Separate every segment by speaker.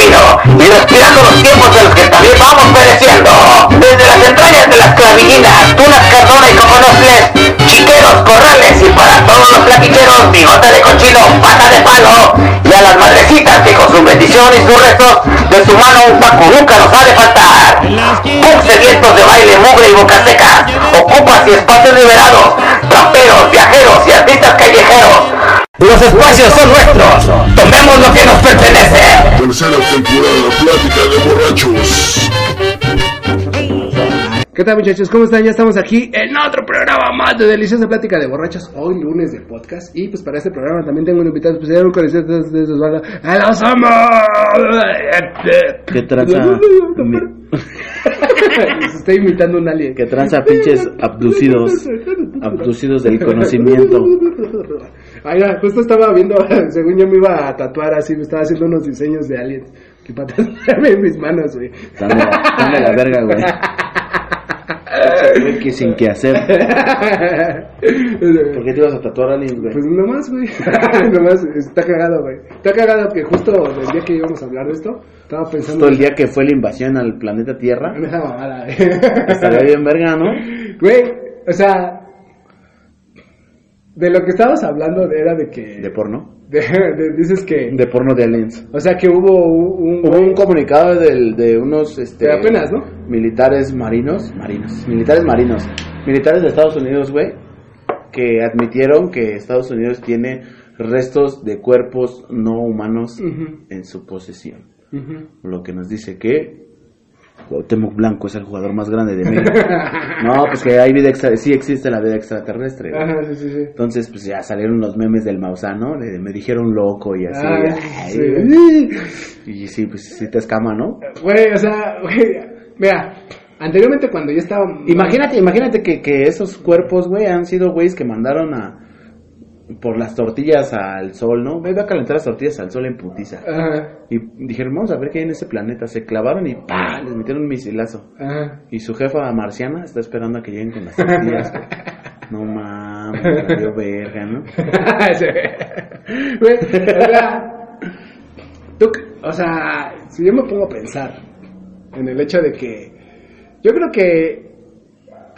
Speaker 1: y respirando los tiempos en los que también vamos pereciendo. Desde las entrañas de las clavillinas, tunas cardona y coconocles, chiqueros, corrales y para todos los plaquicheros, bigote de cochino, pata de palo, y a las madrecitas que con su bendición y sus restos, de su mano un paco nunca nos ha de faltar. Pugs sedientos de baile, mugre y boca secas, ocupas y espacios liberados, tramperos, viajeros y artistas callejeros. Los espacios son nuestros, tomemos lo que nos pertenece.
Speaker 2: Tercera temporada, plática de borrachos.
Speaker 3: ¿Qué tal muchachos? ¿Cómo están? Ya estamos aquí en otro programa más de Deliciosa Plática de Borrachos, hoy lunes de podcast. Y pues para este programa también tengo un invitado especial, un conocido de de Osvaldo. ¡A los amo!
Speaker 4: ¿Qué tranza? mi-
Speaker 3: Se está imitando un alien.
Speaker 4: ¿Qué tranza, pinches abducidos? Abducidos del conocimiento.
Speaker 3: Ay, no, justo estaba viendo, según yo me iba a tatuar así, me estaba haciendo unos diseños de aliens. Que para tatuarme en mis manos, güey.
Speaker 4: Están de, están de la verga, güey. Pinche güey. que sin que hacer. ¿Por qué te ibas a tatuar a alguien, güey?
Speaker 3: Pues nomás, güey. nomás, está cagado, güey. Está cagado que justo el día que íbamos a hablar de esto, estaba pensando.
Speaker 4: Todo el día que fue la invasión al planeta Tierra.
Speaker 3: en esa mamada, güey.
Speaker 4: Estaría bien verga, ¿no?
Speaker 3: Güey, o sea. De lo que estábamos hablando era de que.
Speaker 4: De porno.
Speaker 3: de- de- dices que.
Speaker 4: De porno de aliens.
Speaker 3: o sea, que hubo un.
Speaker 4: Hubo un comunicado del- de unos este,
Speaker 3: de apenas, ¿no?
Speaker 4: militares marinos, marinos, militares marinos, militares de Estados Unidos, güey, que admitieron que Estados Unidos tiene restos de cuerpos no humanos
Speaker 3: Ujú,
Speaker 4: en su posesión,
Speaker 3: ujú.
Speaker 4: lo que nos dice que Cuauhtémoc Blanco es el jugador más grande de México. No, pues que hay vida extra, sí existe la vida extraterrestre. güey.
Speaker 3: Ajá, sí, sí, sí.
Speaker 4: Entonces, pues ya salieron los memes del Mausano, de, me dijeron loco y así.
Speaker 3: Ay,
Speaker 4: ay,
Speaker 3: sí.
Speaker 4: güey. Y sí, pues sí te escama, ¿no?
Speaker 3: Güey, o sea, güey. Mira, anteriormente cuando yo estaba.
Speaker 4: Imagínate, imagínate que, que esos cuerpos, güey, han sido güeyes que mandaron a por las tortillas al sol, ¿no? Ve, ve a calentar las tortillas al sol en putiza.
Speaker 3: Ajá,
Speaker 4: Y dijeron, vamos a ver qué hay en ese planeta. Se clavaron y ¡pah! Les metieron un misilazo.
Speaker 3: ajá.
Speaker 4: Y su jefa marciana está esperando a que lleguen con las tortillas, güey. No mames, valió verga, ¿no?
Speaker 3: Sí. Güey, o sea, tú c- o sea, si yo me pongo a pensar en el hecho de que yo creo que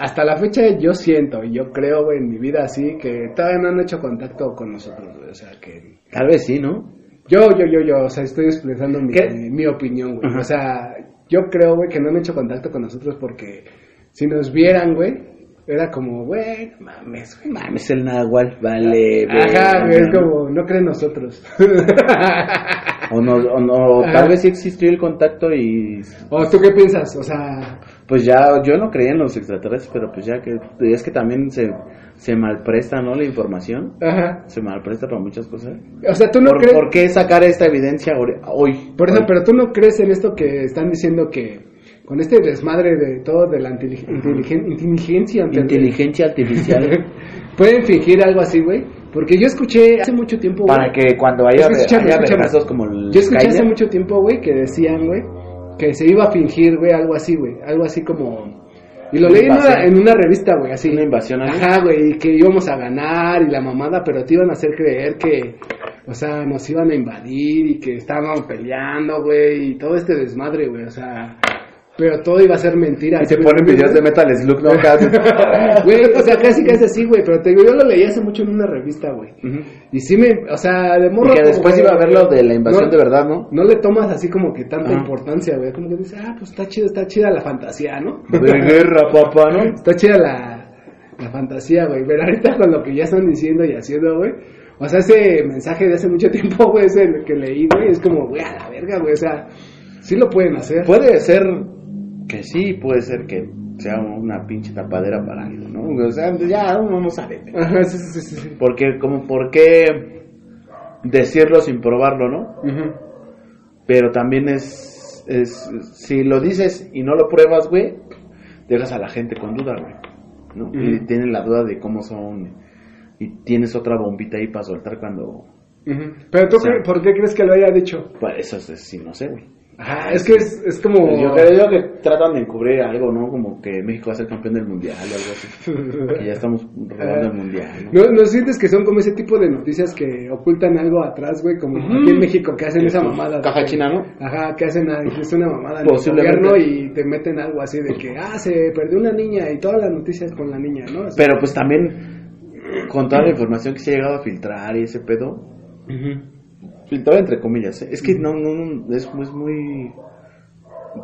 Speaker 3: hasta la fecha yo siento y yo creo güey, en mi vida así que todavía no han hecho contacto con nosotros, güey, o sea que
Speaker 4: Tal vez sí, ¿no?
Speaker 3: yo yo yo yo, o sea, estoy expresando mi,
Speaker 4: ¿Qué?
Speaker 3: mi opinión, güey.
Speaker 4: Ajá.
Speaker 3: O sea, yo creo, güey, que no han hecho contacto con nosotros porque si nos vieran, güey, era como, güey, no mames, güey, mames.
Speaker 4: Mames, el nahual, vale,
Speaker 3: Ajá, güey, es
Speaker 4: verga, ¿no?
Speaker 3: como, no creen nosotros.
Speaker 4: O no, o no,
Speaker 3: Ajá.
Speaker 4: tal vez sí existió el contacto y
Speaker 3: ¿O tú qué piensas? O sea,
Speaker 4: Pues ya, yo no creía en los extraterrestres, pero pues ya que es que también se, se malpresta, ¿no? La información
Speaker 3: ajá.
Speaker 4: se malpresta para muchas cosas.
Speaker 3: O sea, tú no
Speaker 4: ¿Por,
Speaker 3: crees.
Speaker 4: por qué sacar esta evidencia ori- hoy?
Speaker 3: Por eso,
Speaker 4: Hoy.
Speaker 3: pero tú no crees en esto que están diciendo que con este desmadre de todo de la intelig- inteligen- inteligencia ante-
Speaker 4: inteligencia artificial
Speaker 3: pueden fingir algo así, güey. Porque yo escuché hace mucho tiempo. güey,
Speaker 4: para que cuando haya,
Speaker 3: Es que escúchame,
Speaker 4: haya
Speaker 3: escúchame.
Speaker 4: vergazos como el
Speaker 3: Yo escuché hace
Speaker 4: Skynet,
Speaker 3: mucho tiempo, güey, que decían, güey, que se iba a fingir, güey, algo así, güey. Algo así como. Y lo
Speaker 4: Una
Speaker 3: leí en una,
Speaker 4: invasión.
Speaker 3: en una revista, güey, así.
Speaker 4: una invasión ¿eh? alien.
Speaker 3: Ajá, güey, y que íbamos a ganar y la mamada, pero te iban a hacer creer que, o sea, nos iban a invadir y que estaban peleando, güey, y todo este desmadre, güey, o sea, pero todo iba a ser mentira.
Speaker 4: y se ponen videos de Metal Slug, ¿no? Acá.
Speaker 3: Güey, o sea, casi casi así, güey, pero te digo, yo lo leí hace mucho en una revista, güey.
Speaker 4: Ujú.
Speaker 3: Y sí me, o sea, de morro.
Speaker 4: Y que
Speaker 3: como
Speaker 4: después iba a ver lo de la invasión
Speaker 3: No.
Speaker 4: de verdad, ¿no?
Speaker 3: No le tomas así como que tanta
Speaker 4: Ajá.
Speaker 3: importancia, güey. Como que dices, ah, pues está chido, está chida la fantasía, ¿no?
Speaker 4: De guerra, papá, ¿no?
Speaker 3: Está chida la, la fantasía, güey. Pero ahorita con lo que ya están diciendo y haciendo, güey. O sea, ese mensaje de hace mucho tiempo, güey, ese que leí, güey, es como, güey, a la verga, güey. O sea, sí lo pueden hacer.
Speaker 4: Puede ser que sí, puede ser que sea una pinche tapadera para algo, ¿no? O sea, ya uno no sabe.
Speaker 3: Ajá, sí, sí, sí, sí, sí.
Speaker 4: Porque, como, ¿por qué decirlo sin probarlo, no?
Speaker 3: Ujú.
Speaker 4: Pero también es, es, si lo dices y no lo pruebas, güey, dejas a la gente con duda, güey. ¿no? Y
Speaker 3: Ujú.
Speaker 4: tienen la duda de cómo son y tienes otra bombita ahí para soltar cuando...
Speaker 3: Ujú. Pero tú,
Speaker 4: Sí.
Speaker 3: cre- ¿por qué crees que lo haya dicho?
Speaker 4: Pues, eso es, sí, no sé, güey.
Speaker 3: Ajá, es que es, es como...
Speaker 4: Pues yo creo que tratan de encubrir algo, ¿no? Como que México va a ser campeón del mundial o algo así. Que ya estamos robando el mundial. ¿no?
Speaker 3: ¿No, ¿No sientes que son como ese tipo de noticias que ocultan algo atrás, güey? Como aquí en México que hacen esa mamada.
Speaker 4: Caja china, ¿no?
Speaker 3: Ajá, que hacen ah, es una mamada en el
Speaker 4: Posiblemente.
Speaker 3: gobierno y te meten algo así de que, ah, se perdió una niña y todas las noticias con la niña, ¿no? Así-
Speaker 4: Pero pues también, con toda la información que se ha llegado a filtrar y ese pedo, filtrado entre comillas, ¿eh? es que no, no, no, es, es muy...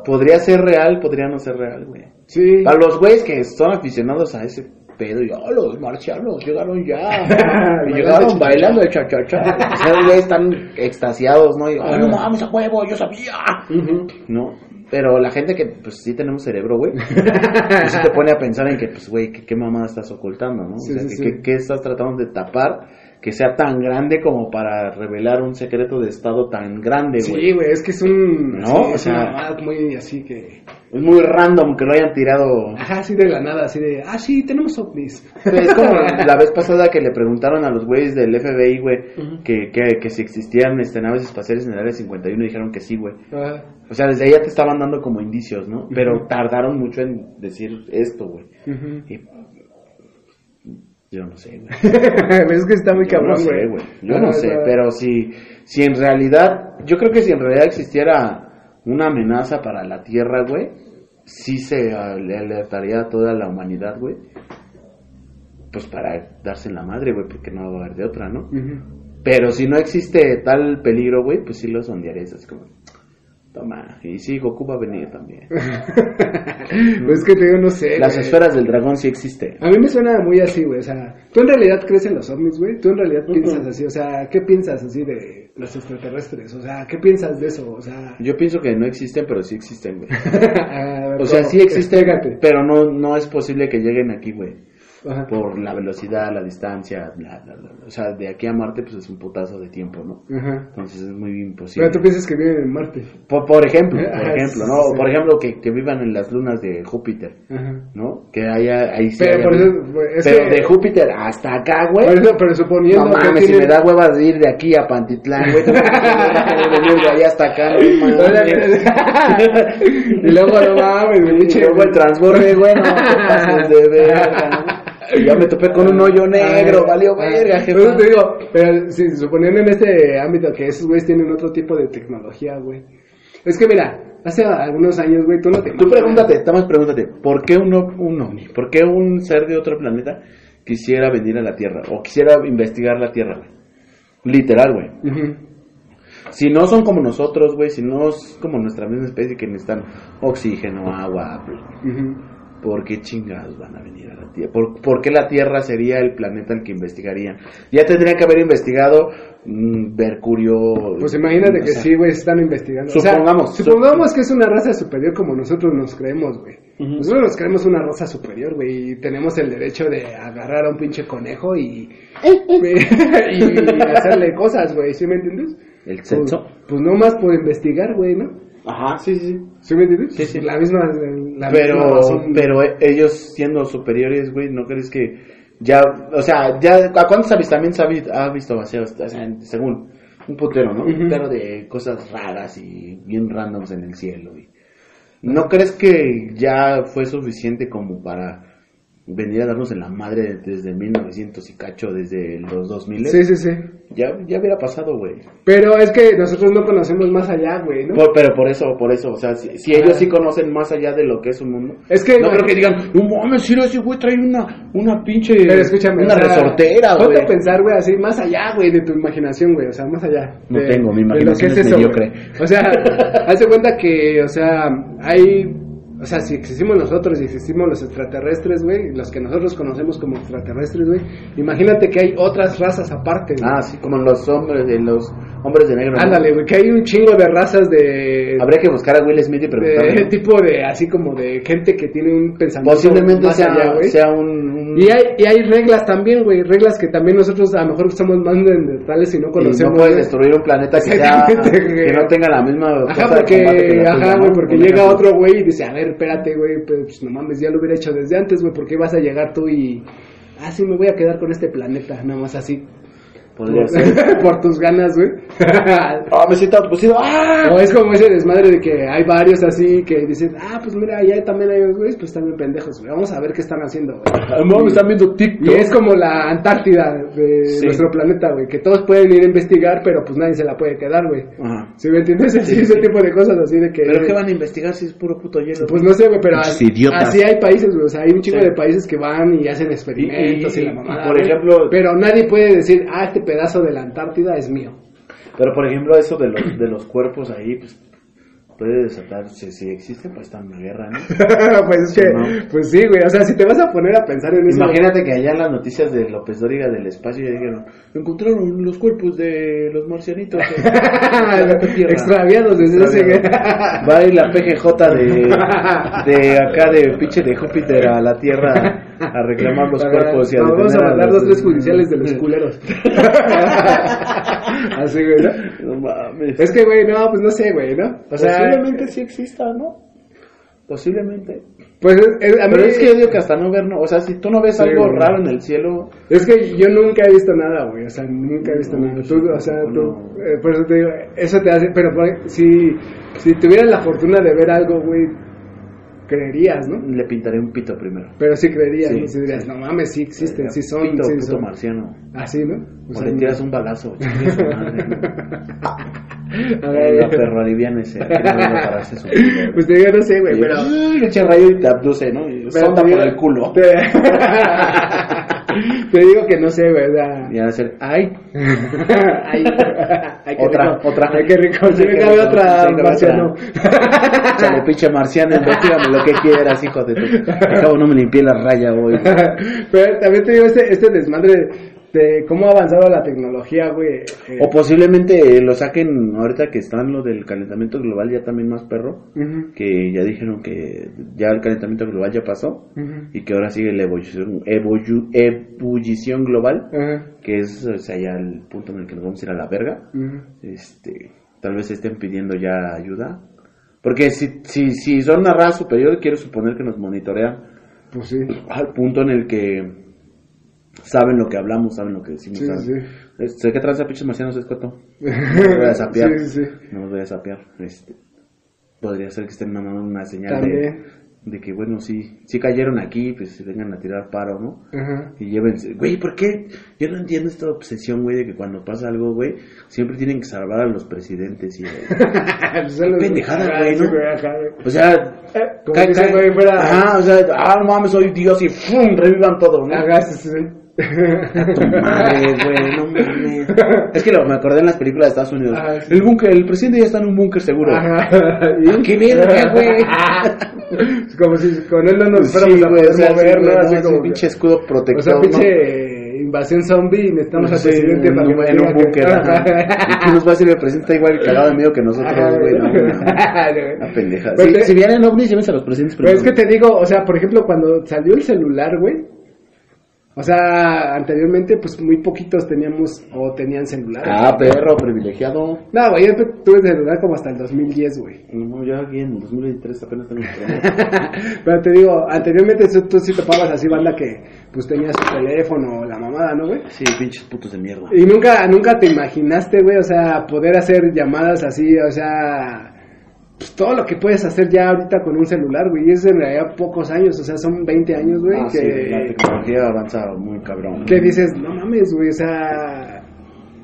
Speaker 4: Podría ser real, podría no ser real, güey.
Speaker 3: Sí.
Speaker 4: Para los güeyes que son aficionados a ese pedo, y "Oh, los marcianos llegaron
Speaker 3: Ah,
Speaker 4: ya. Y llegaron bailando de cha-cha-cha. O sea, los güeyes están extasiados, ¿no? Y, "Ah, no mames, a huevo, yo sabía.
Speaker 3: Ujú.
Speaker 4: No, pero la gente que, pues sí tenemos cerebro, güey, pues, sí te pone a pensar en que, pues, güey, ¿qué, qué mamada estás ocultando, no?
Speaker 3: Sí,
Speaker 4: o sea,
Speaker 3: sí,
Speaker 4: que-
Speaker 3: sí.
Speaker 4: que- ¿qué estás tratando de tapar que sea tan grande como para revelar un secreto de Estado tan grande, güey?
Speaker 3: Sí, güey, es que es un...
Speaker 4: No,
Speaker 3: sí,
Speaker 4: o
Speaker 3: es una
Speaker 4: sea-
Speaker 3: mamada muy así que...
Speaker 4: Es muy random que lo hayan tirado.
Speaker 3: Ajá, así de la nada, así de, ah, sí, tenemos ovnis.
Speaker 4: Es como la vez pasada que le preguntaron a los güeyes del FBI, güey,
Speaker 3: Ujú.
Speaker 4: que, que, que si existían este, naves espaciales en el área 51 y dijeron que sí, güey.
Speaker 3: Ajá.
Speaker 4: O sea, desde ahí ya te estaban dando como indicios, ¿no? Pero tardaron mucho en decir esto, güey.
Speaker 3: Ujú.
Speaker 4: Y- Yo no sé, güey.
Speaker 3: es que está muy
Speaker 4: Yo no
Speaker 3: cabrón,
Speaker 4: sé,
Speaker 3: güey.
Speaker 4: güey. Yo no
Speaker 3: Ajá,
Speaker 4: sé,
Speaker 3: o sea,
Speaker 4: pero si, si en realidad, yo creo que si en realidad existiera una amenaza para la Tierra, güey, sí se ale- alertaría a toda la humanidad, güey. Pues para darse en la madre, güey, porque no va a haber de otra, ¿no?
Speaker 3: Ujú.
Speaker 4: Pero si no existe tal peligro, güey, pues sí lo sondearías, así como, toma, y sí, Goku va a venir también.
Speaker 3: Pues es que te digo, no sé.
Speaker 4: Las
Speaker 3: güey.
Speaker 4: esferas del dragón sí existen.
Speaker 3: A mí me suena muy así, güey. O sea, tú en realidad crees en los ovnis, güey. Tú en realidad piensas así. O sea, ¿qué piensas así de los extraterrestres? O sea, ¿qué piensas de eso? O sea,
Speaker 4: Yo pienso que no existen, pero sí existen, güey.
Speaker 3: a ver,
Speaker 4: O sea,
Speaker 3: ¿cómo?
Speaker 4: sí existen,
Speaker 3: Explícate.
Speaker 4: pero no, no es posible que lleguen aquí, güey.
Speaker 3: Ajá.
Speaker 4: Por la velocidad, la distancia, bla, bla, bla. bla. O sea, de aquí a Marte, pues es un putazo de tiempo, ¿no?
Speaker 3: Ajá.
Speaker 4: Entonces es muy imposible.
Speaker 3: Pero tú piensas que viven en Marte.
Speaker 4: Por, por ejemplo,
Speaker 3: Ajá,
Speaker 4: por
Speaker 3: sí,
Speaker 4: ejemplo,
Speaker 3: sí,
Speaker 4: ¿no?
Speaker 3: sí.
Speaker 4: Por ejemplo, que, que vivan en las lunas de Júpiter,
Speaker 3: Ajá.
Speaker 4: ¿no? Que haya, ahí sí
Speaker 3: Pero
Speaker 4: haya
Speaker 3: por
Speaker 4: vida.
Speaker 3: eso, güey, es
Speaker 4: Pero
Speaker 3: que-
Speaker 4: de Júpiter hasta acá, güey.
Speaker 3: Por eso, pero suponiendo
Speaker 4: No
Speaker 3: que
Speaker 4: mames, si
Speaker 3: tienen-
Speaker 4: me da hueva de ir de aquí a Pantitlán, güey. tengo que venir de allá hasta acá, no mames.
Speaker 3: y luego no mames, güey,
Speaker 4: Y
Speaker 3: pinche-
Speaker 4: luego el transborde, güey, no te pases de verga. ¿no? Y Ya me topé con un hoyo negro,
Speaker 3: Ah,
Speaker 4: valió
Speaker 3: ah,
Speaker 4: verga,
Speaker 3: por eso te
Speaker 4: jefe.
Speaker 3: digo, pero si suponiendo en este ámbito que esos güeyes tienen otro tipo de tecnología, güey. Es que mira, hace algunos años, güey, tú no
Speaker 4: Tú
Speaker 3: te imaginas-
Speaker 4: pregúntate, Tomás, pregúntate, ¿por qué un, o- un ovni? ¿Por qué un ser de otro planeta quisiera venir a la Tierra? O quisiera investigar la Tierra, güey. Literal, güey.
Speaker 3: Ujú.
Speaker 4: Si no son como nosotros, güey, si no es como nuestra misma especie que necesitan oxígeno, agua,
Speaker 3: Ujú.
Speaker 4: ¿Por qué chingados van a venir a la Tierra? ¿Por, por qué la Tierra sería el planeta al que investigarían? Ya tendrían que haber investigado mm, Mercurio.
Speaker 3: Pues imagínate que
Speaker 4: o sea,
Speaker 3: sí, güey, están investigando. O sea,
Speaker 4: Supongamos,
Speaker 3: supongamos que es una raza superior como nosotros nos creemos, güey. Nosotros nos creemos una raza superior, güey, y tenemos el derecho de agarrar a un pinche conejo y, y hacerle cosas, güey, ¿sí me entiendes?
Speaker 4: El
Speaker 3: Pues,
Speaker 4: sexo.
Speaker 3: pues no más por investigar, güey, ¿no?
Speaker 4: Ajá, sí, sí.
Speaker 3: ¿Sí me entiendes?
Speaker 4: Sí, sí.
Speaker 3: La misma... La misma
Speaker 4: Pero,
Speaker 3: razón.
Speaker 4: pero e- ellos siendo superiores, güey, ¿no crees que ya, o sea, ya, ¿a cuántos avistamientos ha, vi- ha visto vaciados? O sea, en- según un putero, ¿no? Un
Speaker 3: Ujú.
Speaker 4: putero de cosas raras y bien randoms en el cielo. Y, ¿No crees que ya fue suficiente como para venir a darnos en la madre desde 1900 y cacho, desde los 2000?
Speaker 3: Sí, sí, sí.
Speaker 4: Ya, ya hubiera pasado, güey.
Speaker 3: Pero es que nosotros no conocemos más allá, güey, ¿no?
Speaker 4: Por- pero por eso, por eso, o sea, si, si ellos sí conocen más allá de lo que es un mundo.
Speaker 3: Es que-
Speaker 4: no creo que digan, no mames, si ese güey trae una, una pinche.
Speaker 3: Pero escúchame.
Speaker 4: Una
Speaker 3: o sea,
Speaker 4: resortera,
Speaker 3: Ponte
Speaker 4: güey.
Speaker 3: a pensar, güey, así, más allá, güey, de tu imaginación, güey, o sea, más allá.
Speaker 4: No
Speaker 3: de-
Speaker 4: tengo, mi
Speaker 3: de lo
Speaker 4: imaginación
Speaker 3: que
Speaker 4: es
Speaker 3: eso,
Speaker 4: mediocre.
Speaker 3: güey. O sea, hace cuenta que, o sea, hay... O sea, si existimos nosotros y existimos los extraterrestres, güey, los que nosotros conocemos como extraterrestres, güey, imagínate que hay otras razas aparte, güey.
Speaker 4: Ah, sí, como los hombres de los hombres de negro. ¿no?
Speaker 3: Ándale, güey, que hay un chingo de razas de...
Speaker 4: Habría que buscar a Will Smith y preguntarle. ¿no?
Speaker 3: de Eh, tipo de así como de gente que tiene un pensamiento
Speaker 4: Posiblemente
Speaker 3: más
Speaker 4: sea,
Speaker 3: allá, güey.
Speaker 4: sea un. un-
Speaker 3: y hay, y hay reglas también, güey, reglas que también nosotros a lo mejor somos más neandertales y no
Speaker 4: y
Speaker 3: conocemos.
Speaker 4: no puedes
Speaker 3: güey.
Speaker 4: destruir un planeta que, sea,
Speaker 3: Exactamente, güey.
Speaker 4: que no tenga la misma. fuerza de
Speaker 3: Ajá,
Speaker 4: combate que
Speaker 3: porque,
Speaker 4: la tuya,
Speaker 3: ajá,
Speaker 4: ¿no?
Speaker 3: güey, porque
Speaker 4: Por
Speaker 3: llega
Speaker 4: ejemplo.
Speaker 3: otro güey y dice, a ver, espérate, güey, pues no mames, ya lo hubiera hecho desde antes, güey, porque vas a llegar tú y, ah, sí, me voy a quedar con este planeta, nada más así.
Speaker 4: Podría ser.
Speaker 3: por tus ganas, güey.
Speaker 4: Ah, me siento ¡Ah! pusido.
Speaker 3: O es como ese desmadre de que hay varios así que dicen, ah, pues mira, allá también hay unos güeyes, pues también pendejos, güey. Vamos a ver qué están haciendo, güey.
Speaker 4: Ah, me están viendo
Speaker 3: Y
Speaker 4: TikTok.
Speaker 3: es como la Antártida de
Speaker 4: Sí.
Speaker 3: nuestro planeta, güey, que todos pueden ir a investigar, pero pues nadie se la puede quedar, güey.
Speaker 4: Ajá.
Speaker 3: ¿Sí me entiendes? Así, ese tipo de cosas así de que...
Speaker 4: ¿Pero qué van a investigar si es puro puto hielo?
Speaker 3: Pues no sé, güey, pero
Speaker 4: Pinches
Speaker 3: así,
Speaker 4: idiotas.
Speaker 3: así hay países, güey. O sea, hay un chingo
Speaker 4: Sí.
Speaker 3: de países que van y hacen experimentos y,
Speaker 4: Y- y-
Speaker 3: la mamada.
Speaker 4: y por
Speaker 3: güey.
Speaker 4: ejemplo-
Speaker 3: Pero nadie puede decir, ah, este pedazo de la Antártida es mío.
Speaker 4: Pero por ejemplo, eso de los, de los cuerpos ahí, pues puede desatarse. Si existe, pues está en la guerra, ¿no?
Speaker 3: pues es que,
Speaker 4: ¿no?
Speaker 3: pues sí, güey. O sea, si te vas a poner a pensar en eso.
Speaker 4: Imagínate que allá en las noticias de López Dóriga del espacio ya dijeron: Encontraron los cuerpos de los marcianitos.
Speaker 3: Extraviados desde hace
Speaker 4: Va a ir la PGJ de, de acá, de pinche de Júpiter a la Tierra a reclamar los
Speaker 3: Para-
Speaker 4: cuerpos. Y a
Speaker 3: nos vamos a
Speaker 4: detener
Speaker 3: mandar
Speaker 4: los-
Speaker 3: los tres judiciales de los culeros. Así, güey, ¿no?
Speaker 4: No mames.
Speaker 3: Es que, güey, no, pues no sé, güey, ¿no? O sea,
Speaker 4: Posiblemente sí exista, ¿no? Posiblemente.
Speaker 3: pues es- es- a mí
Speaker 4: Pero es que yo digo que hasta no ver, no. O sea, si tú no ves
Speaker 3: Sí,
Speaker 4: algo
Speaker 3: güey.
Speaker 4: raro en el cielo,
Speaker 3: Es que yo nunca he visto nada, güey. O sea, nunca he visto
Speaker 4: No,
Speaker 3: nada.
Speaker 4: yo
Speaker 3: Tú, o sea, tú,
Speaker 4: tampoco, no.
Speaker 3: eh, por eso te digo, eso te hace. Pero por- si, si tuvieras la fortuna de ver algo, güey, creerías, ¿no?
Speaker 4: le pintaré un pito primero.
Speaker 3: Pero sí creerías,
Speaker 4: Sí,
Speaker 3: ¿no? Si dirías,
Speaker 4: sí.
Speaker 3: no mames, sí existen, sí son,
Speaker 4: Pito,
Speaker 3: sí
Speaker 4: puto
Speaker 3: son. Pues
Speaker 4: marciano.
Speaker 3: Así, ¿no?
Speaker 4: O le tiras un balazo. chingue su madre, ¿no?
Speaker 3: A ver,
Speaker 4: Venga, perro, aliviánese. No venga para hacer su culo.
Speaker 3: Pues te digo, no sé, güey,
Speaker 4: Y
Speaker 3: pero.
Speaker 4: yo, Le echa rayo y te abduce, ¿no? Y
Speaker 3: pero
Speaker 4: Sota
Speaker 3: te
Speaker 4: por
Speaker 3: digo-
Speaker 4: el culo.
Speaker 3: Te, te digo que no sé, güey. o sea,
Speaker 4: Y hacer, ay,
Speaker 3: ay, ay, qué
Speaker 4: Otra,
Speaker 3: rico.
Speaker 4: otra.
Speaker 3: Ay, qué rico. Si
Speaker 4: Ay,
Speaker 3: me
Speaker 4: qué
Speaker 3: cabe
Speaker 4: rico.
Speaker 3: otra,
Speaker 4: Sí, cabe
Speaker 3: marciano.
Speaker 4: chale, pinche marciano, investigame lo que quieras, hijo de tu. Al cabo no me limpié la raya hoy.
Speaker 3: Pero también te digo este, este desmadre de cómo ha avanzado la tecnología, güey. eh,
Speaker 4: O posiblemente eh, lo saquen ahorita que están lo del calentamiento global, ya también más perro.
Speaker 3: ujú,
Speaker 4: Que ya dijeron que ya el calentamiento global ya pasó.
Speaker 3: ujú,
Speaker 4: Y que ahora sigue la ebullición, ebullu- ebullición global.
Speaker 3: ajá,
Speaker 4: Que es o sea, ya el punto en el que nos vamos a ir a la verga.
Speaker 3: ujú.
Speaker 4: este, tal vez estén pidiendo ya ayuda. Porque si, si, si son una raza superior, quiero suponer que nos monitorean
Speaker 3: Pues sí.
Speaker 4: al punto en el que saben lo que hablamos, saben lo que decimos.
Speaker 3: Sí,
Speaker 4: saben.
Speaker 3: sí, sí.
Speaker 4: Este, ¿Qué tranza, pinches marcianos, escoto? No los voy a sapear.
Speaker 3: Sí, sí, sí.
Speaker 4: No los voy a sapear. Este, podría ser que estén mandando una señal de,
Speaker 3: También.
Speaker 4: de que, bueno, sí, sí cayeron aquí, pues vengan a tirar paro, ¿no?
Speaker 3: Ajá.
Speaker 4: Y llévense, güey, ¿por qué? Yo no entiendo esta obsesión, güey, de que cuando pasa algo, güey, siempre tienen que salvar a los presidentes. Y,
Speaker 3: Pues son los-
Speaker 4: pendejada,
Speaker 3: ajá,
Speaker 4: güey,
Speaker 3: sí,
Speaker 4: ¿no?
Speaker 3: ajá, güey.
Speaker 4: o sea,
Speaker 3: Eh, Como
Speaker 4: cae-
Speaker 3: que ese
Speaker 4: cae-
Speaker 3: güey fuera.
Speaker 4: Ajá, o sea, ah, no mames, soy Dios y ¡fum! Revivan todo, ¿no?
Speaker 3: Ajá, sí, sí, sí.
Speaker 4: A tu madre, güey, no mames. Es que lo, me acordé en las películas de Estados Unidos.
Speaker 3: Ah, sí.
Speaker 4: El búnker, el presidente ya está en un búnker seguro.
Speaker 3: Ajá.
Speaker 4: Ah, ¡Qué verga, güey!
Speaker 3: Es como si con él no nos
Speaker 4: Pues Sí,
Speaker 3: fuéramos a
Speaker 4: güey,
Speaker 3: poder
Speaker 4: o sea, sí,
Speaker 3: mover,
Speaker 4: güey,
Speaker 3: ¿no?
Speaker 4: no,
Speaker 3: Así
Speaker 4: ese
Speaker 3: como que-
Speaker 4: pinche escudo
Speaker 3: O
Speaker 4: protector,
Speaker 3: sea,
Speaker 4: ¿no?
Speaker 3: pinche invasión zombie y necesitamos al
Speaker 4: Sí,
Speaker 3: presidente
Speaker 4: en
Speaker 3: para que
Speaker 4: un- en un
Speaker 3: diga que-
Speaker 4: búnker, ajá. ¿Y qué nos va a decir el presidente igual cagado de miedo que nosotros,
Speaker 3: Ajá,
Speaker 4: güey? No,
Speaker 3: güey.
Speaker 4: no. Una pendeja.
Speaker 3: Pues
Speaker 4: si,
Speaker 3: te-
Speaker 4: si vienen ovnis, llévense a los presidentes
Speaker 3: Pero es que
Speaker 4: primero.
Speaker 3: te digo, o sea, por ejemplo, cuando salió el celular, güey. O sea, anteriormente, pues muy poquitos teníamos o tenían celular.
Speaker 4: Ah, perro, privilegiado.
Speaker 3: No, güey, yo tuve celular como hasta el 2010, güey.
Speaker 4: No, yo aquí en 2023 apenas tengo
Speaker 3: Pero te digo, anteriormente tú, tú sí topabas así banda que pues tenía su teléfono o la mamada, ¿no, güey?
Speaker 4: Sí, pinches putos de mierda.
Speaker 3: Y nunca, nunca te imaginaste, güey, o sea, poder hacer llamadas así, o sea, pues todo lo que puedes hacer ya ahorita con un celular, güey, y es en realidad pocos años, o sea, son 20 años, güey,
Speaker 4: Ah,
Speaker 3: que,
Speaker 4: sí, la tecnología avanza muy cabrón.
Speaker 3: que dices, no mames, güey, o sea,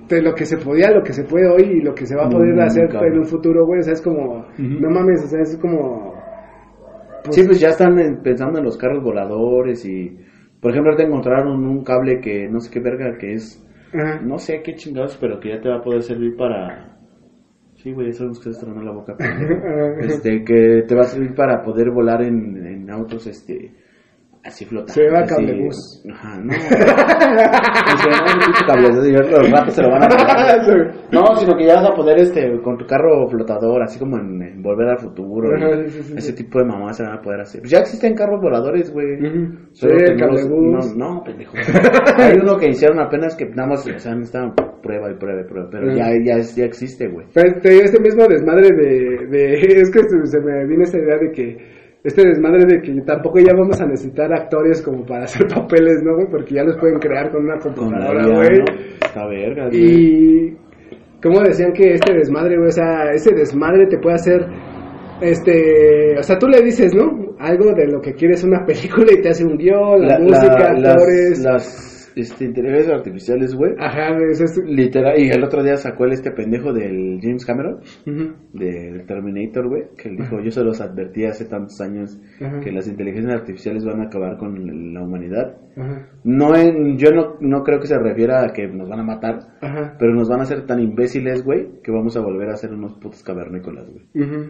Speaker 3: de lo que se podía, lo que se puede hoy y lo que se va a poder
Speaker 4: Mm,
Speaker 3: hacer
Speaker 4: cabrón.
Speaker 3: en un futuro, güey, o sea, es como, no mames, o sea, es como,
Speaker 4: Sí, pues ya están en- pensando en los carros voladores y... Por ejemplo, ahorita encontraron un cable que no sé qué verga que es...
Speaker 3: ajá.
Speaker 4: No sé qué chingados, pero que ya te va a poder servir para... Sí, güey, eso es que se estrenó la boca. Este, que te va a servir para poder volar en, en autos, este... Así flotando.
Speaker 3: Se llama
Speaker 4: así.
Speaker 3: cablebús.
Speaker 4: Ajá, no. se llama un pinche cablebús, y los ratos se lo van a pegar. No, sino que ya vas a poder este con tu carro flotador, así como en, en Volver al Futuro.
Speaker 3: Ajá,
Speaker 4: y
Speaker 3: sí, sí, sí,
Speaker 4: ese
Speaker 3: sí.
Speaker 4: tipo de mamadas se van a poder hacer. Pues ya existen carros voladores, güey.
Speaker 3: Ujú.
Speaker 4: Solo
Speaker 3: Sí,
Speaker 4: que no los-
Speaker 3: cablebús.
Speaker 4: No, no, pendejo. Hay uno que hicieron apenas que nada más, o sea, no estaban prueba y prueba y prueba, pero
Speaker 3: Ujú.
Speaker 4: ya, ya, es- ya existe, güey.
Speaker 3: Pero te digo, este mismo desmadre de, de- Es que se, se me viene esta idea de que este desmadre de que tampoco ya vamos a necesitar actores como para hacer papeles, ¿no, güey? Porque ya los pueden crear con una
Speaker 4: Con la
Speaker 3: computadora,
Speaker 4: vida,
Speaker 3: güey.
Speaker 4: ¿no? Está verga, güey.
Speaker 3: Y como decían que este desmadre, güey, o sea, ese desmadre te puede hacer este, o sea, tú le dices, ¿no? Algo de lo que quieres una película y te hace un guión,
Speaker 4: La-
Speaker 3: la,
Speaker 4: la-
Speaker 3: música,
Speaker 4: las,
Speaker 3: actores.
Speaker 4: las este, inteligencias artificiales, güey.
Speaker 3: Ajá, güey, eso es
Speaker 4: Literal, y el otro día sacó el este pendejo del James Cameron,
Speaker 3: Ujú.
Speaker 4: del Terminator, güey, que él dijo, yo se los advertí hace tantos años
Speaker 3: Ajá.
Speaker 4: que las inteligencias artificiales van a acabar con la humanidad.
Speaker 3: Ajá.
Speaker 4: No en, yo no, no creo que se refiera a que nos van a matar,
Speaker 3: Ajá.
Speaker 4: pero nos van a hacer tan imbéciles, güey, que vamos a volver a ser unos putos cavernícolas, güey.
Speaker 3: Ujú.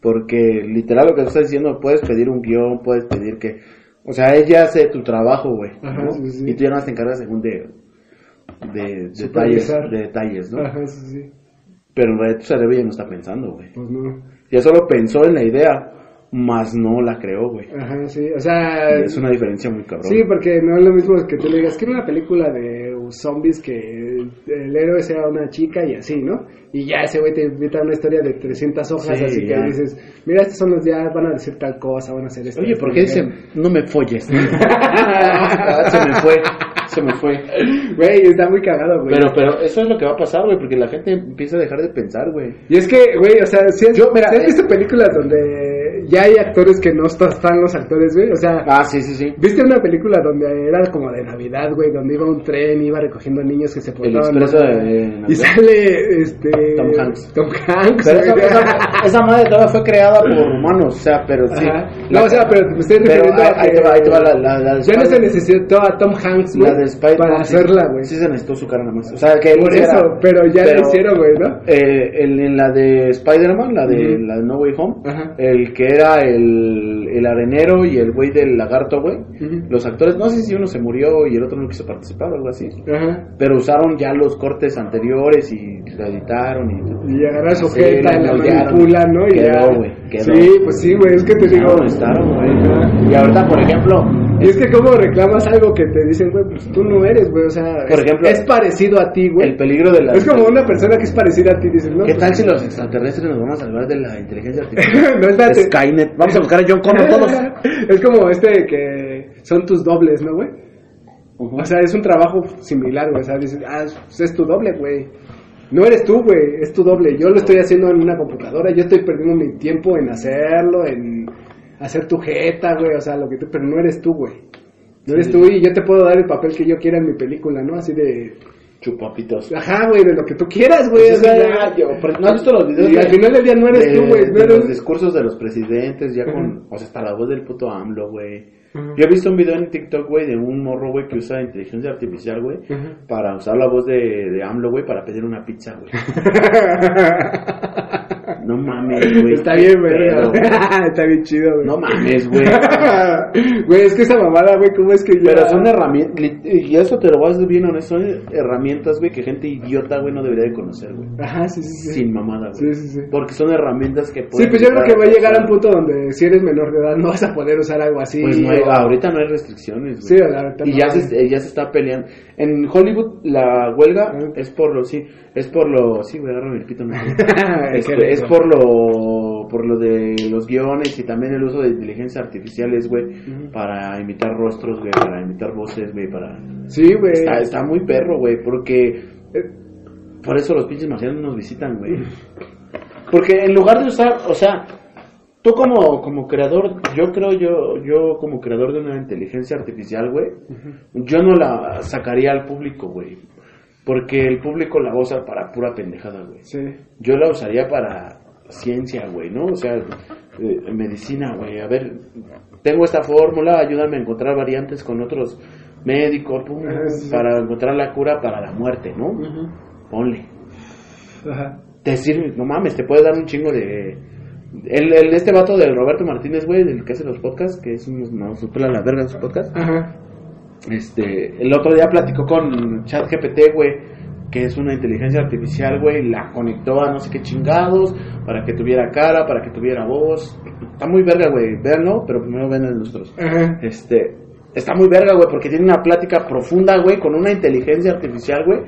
Speaker 4: Porque literal lo que tú estás diciendo, puedes pedir un guión, puedes pedir que... O sea, ella hace tu trabajo, güey.
Speaker 3: Ajá,
Speaker 4: ¿no?
Speaker 3: sí, sí.
Speaker 4: Y tú ya no te encargas según de, de, detalles,
Speaker 3: Supervisar.
Speaker 4: de detalles, ¿no?
Speaker 3: Ajá, sí, sí.
Speaker 4: Pero en realidad tu cerebro ya no está pensando, güey.
Speaker 3: Pues no.
Speaker 4: Ya solo pensó en la idea, más no la creó, güey.
Speaker 3: Ajá, sí. O sea,
Speaker 4: Y Es una diferencia muy cabrón.
Speaker 3: sí, porque no es lo mismo que tú le digas, quiero una película de zombies que el, el héroe sea una chica y así, ¿no? Y ya ese güey te invita a una historia de 300 hojas,
Speaker 4: Sí,
Speaker 3: así
Speaker 4: ya.
Speaker 3: que dices, mira, estos son los ya van a decir tal cosa, van a hacer esto.
Speaker 4: Oye,
Speaker 3: esto,
Speaker 4: ¿por qué
Speaker 3: esto".
Speaker 4: dicen no me folles? Ah, se me fue, se me fue.
Speaker 3: Güey, está muy cagado, güey.
Speaker 4: Pero, pero eso es lo que va a pasar, güey, porque la gente empieza a dejar de pensar, güey.
Speaker 3: Y es que, güey, o sea, si has,
Speaker 4: Yo, mira,
Speaker 3: si has
Speaker 4: eh.
Speaker 3: visto películas donde ya hay actores que no están los actores, güey, o sea...
Speaker 4: Ah, sí, sí, sí.
Speaker 3: ¿Viste una película donde era como de Navidad, güey? Donde iba un tren, iba recogiendo niños que se portaban
Speaker 4: expreso
Speaker 3: mal,
Speaker 4: de-
Speaker 3: güey?
Speaker 4: de Navidad.
Speaker 3: Y sale este...
Speaker 4: Tom Hanks.
Speaker 3: Tom Hanks,
Speaker 4: Pero esa,
Speaker 3: güey.
Speaker 4: esa- esa madre todavía fue creada por humanos, o sea, pero sí.
Speaker 3: Ajá. No, o sea, pero te estoy
Speaker 4: Pero
Speaker 3: refiriendo
Speaker 4: ahí,
Speaker 3: a
Speaker 4: ahí
Speaker 3: que-
Speaker 4: te va, ahí te va la, la, la de
Speaker 3: Ya no se
Speaker 4: Spider-
Speaker 3: necesitó a Tom Hanks, güey,
Speaker 4: La de Spider-
Speaker 3: para
Speaker 4: sí,
Speaker 3: hacerla, güey.
Speaker 4: Sí se necesitó su cara nomás. O sea, que él
Speaker 3: Por
Speaker 4: hiciera-
Speaker 3: eso, pero ya lo hicieron, güey, ¿no?
Speaker 4: Eh, en, en la de Spider-Man, la de,
Speaker 3: Ujú.
Speaker 4: la de No Way Home,
Speaker 3: Ajá.
Speaker 4: el que era el, el arenero y el güey del lagarto, güey,
Speaker 3: Ujú.
Speaker 4: los actores, no sé si uno se murió y el otro no quiso participar o algo así,
Speaker 3: Ajá.
Speaker 4: pero usaron ya los cortes anteriores y lo editaron y...
Speaker 3: Y agarra su
Speaker 4: Sí,
Speaker 3: jeta y la
Speaker 4: lo moldearon.
Speaker 3: manipula, ¿no? Y
Speaker 4: Quedó,
Speaker 3: ya.
Speaker 4: güey, quedó.
Speaker 3: Sí, pues sí, güey, es que te digo...
Speaker 4: No, estaron, güey. Y ahorita, por ejemplo,
Speaker 3: Y es que como reclamas algo que te dicen, güey, pues tú no eres, güey, o sea,
Speaker 4: Por
Speaker 3: es,
Speaker 4: ejemplo-
Speaker 3: es parecido a ti, güey.
Speaker 4: el peligro de la...
Speaker 3: Es como una persona que es parecida a ti, dices, no,
Speaker 4: ¿Qué
Speaker 3: pues,
Speaker 4: tal si los extraterrestres nos van a salvar de la inteligencia artificial?
Speaker 3: no, espérate.
Speaker 4: Skynet. Vamos a buscar a John Connor todos.
Speaker 3: es como este que son tus dobles, ¿no, güey? O sea, es un trabajo similar, güey. O sea, dices, ah, pues es tu doble, güey. No eres tú, güey, es tu doble. Yo lo estoy haciendo en una computadora, yo estoy perdiendo mi tiempo en hacerlo, en hacer tu jeta, güey. O sea, lo que tú, pero no eres tú, güey. No eres
Speaker 4: Sí.
Speaker 3: tú y yo te puedo dar el papel que yo quiera en mi película, ¿no? Así de,
Speaker 4: Chupapitos.
Speaker 3: ajá, güey, de lo que tú quieras, güey.
Speaker 4: Pues
Speaker 3: o
Speaker 4: es
Speaker 3: sea,
Speaker 4: que ya, yo, pero ¿no has visto los videos
Speaker 3: Y
Speaker 4: de-
Speaker 3: al final del día no eres
Speaker 4: de-
Speaker 3: tú, güey. No
Speaker 4: de los
Speaker 3: eres...
Speaker 4: discursos de los presidentes, ya con. O sea, hasta la voz del puto AMLO, güey. Yo he visto un video en TikTok, güey, de un morro, güey, que usa inteligencia artificial, güey,
Speaker 3: Ujú.
Speaker 4: para usar la voz de, de AMLO, güey, para pedir una pizza, güey. No mames, güey.
Speaker 3: Está bien, güey.
Speaker 4: Pero,
Speaker 3: Está bien chido, güey.
Speaker 4: No mames, güey.
Speaker 3: Güey, es que esa mamada, güey, ¿cómo es que ya-
Speaker 4: Pero son herramientas, y eso te lo vas bien honesto, son herramientas, güey, que gente idiota, güey, no debería de conocer, güey.
Speaker 3: Ajá, sí, sí, sí.
Speaker 4: Sin mamada, güey.
Speaker 3: Sí, sí, sí.
Speaker 4: Porque son herramientas que
Speaker 3: Sí,
Speaker 4: pueden
Speaker 3: pues yo creo
Speaker 4: ayudar
Speaker 3: que va a llegar a un
Speaker 4: personas.
Speaker 3: punto donde si eres menor de edad no vas a poder usar algo así.
Speaker 4: Pues no hay-
Speaker 3: o-
Speaker 4: ahorita no hay restricciones, güey.
Speaker 3: Sí, ahorita
Speaker 4: y
Speaker 3: no
Speaker 4: ya,
Speaker 3: hay.
Speaker 4: se, eh, ya se está peleando. En Hollywood la huelga
Speaker 3: Ujú.
Speaker 4: es por lo sí, es por lo sí, güey, agarra el pito, no. es,
Speaker 3: Qué rico.
Speaker 4: es por lo por lo de los guiones y también el uso de inteligencias artificiales, güey, para imitar rostros, güey, para imitar voces, güey, para
Speaker 3: Sí, güey.
Speaker 4: está, está muy perro, güey, porque eh, por eso los pinches marcianos nos visitan, güey. Porque en lugar de usar, o sea, tú como, como creador, yo creo yo, yo como creador de una inteligencia artificial, güey, yo no la sacaría al público, güey. Porque el público la usa para pura pendejada, güey.
Speaker 3: Sí.
Speaker 4: Yo la usaría para ciencia, güey, ¿no? O sea, eh, medicina, güey. A ver, tengo esta fórmula, ayúdame a encontrar variantes con otros médicos pum,
Speaker 3: Ah, sí.
Speaker 4: para encontrar la cura para la muerte, ¿no? Ponle.
Speaker 3: Ajá.
Speaker 4: Te sirve, no mames, te puede dar un chingo de... El, el- este vato de Roberto Martínez, güey, del que hace los podcasts, que es un... No, supera la verga en sus podcasts.
Speaker 3: Ajá.
Speaker 4: Este, el otro día platicó con ChatGPT, güey, que es una inteligencia artificial, güey, la conectó a no sé qué chingados para que tuviera cara, para que tuviera voz. Está muy verga, güey, véanlo, pero primero vean el de nosotros.
Speaker 3: Ajá.
Speaker 4: Este, está muy verga, güey, porque tiene una plática profunda, güey, con una inteligencia artificial, güey,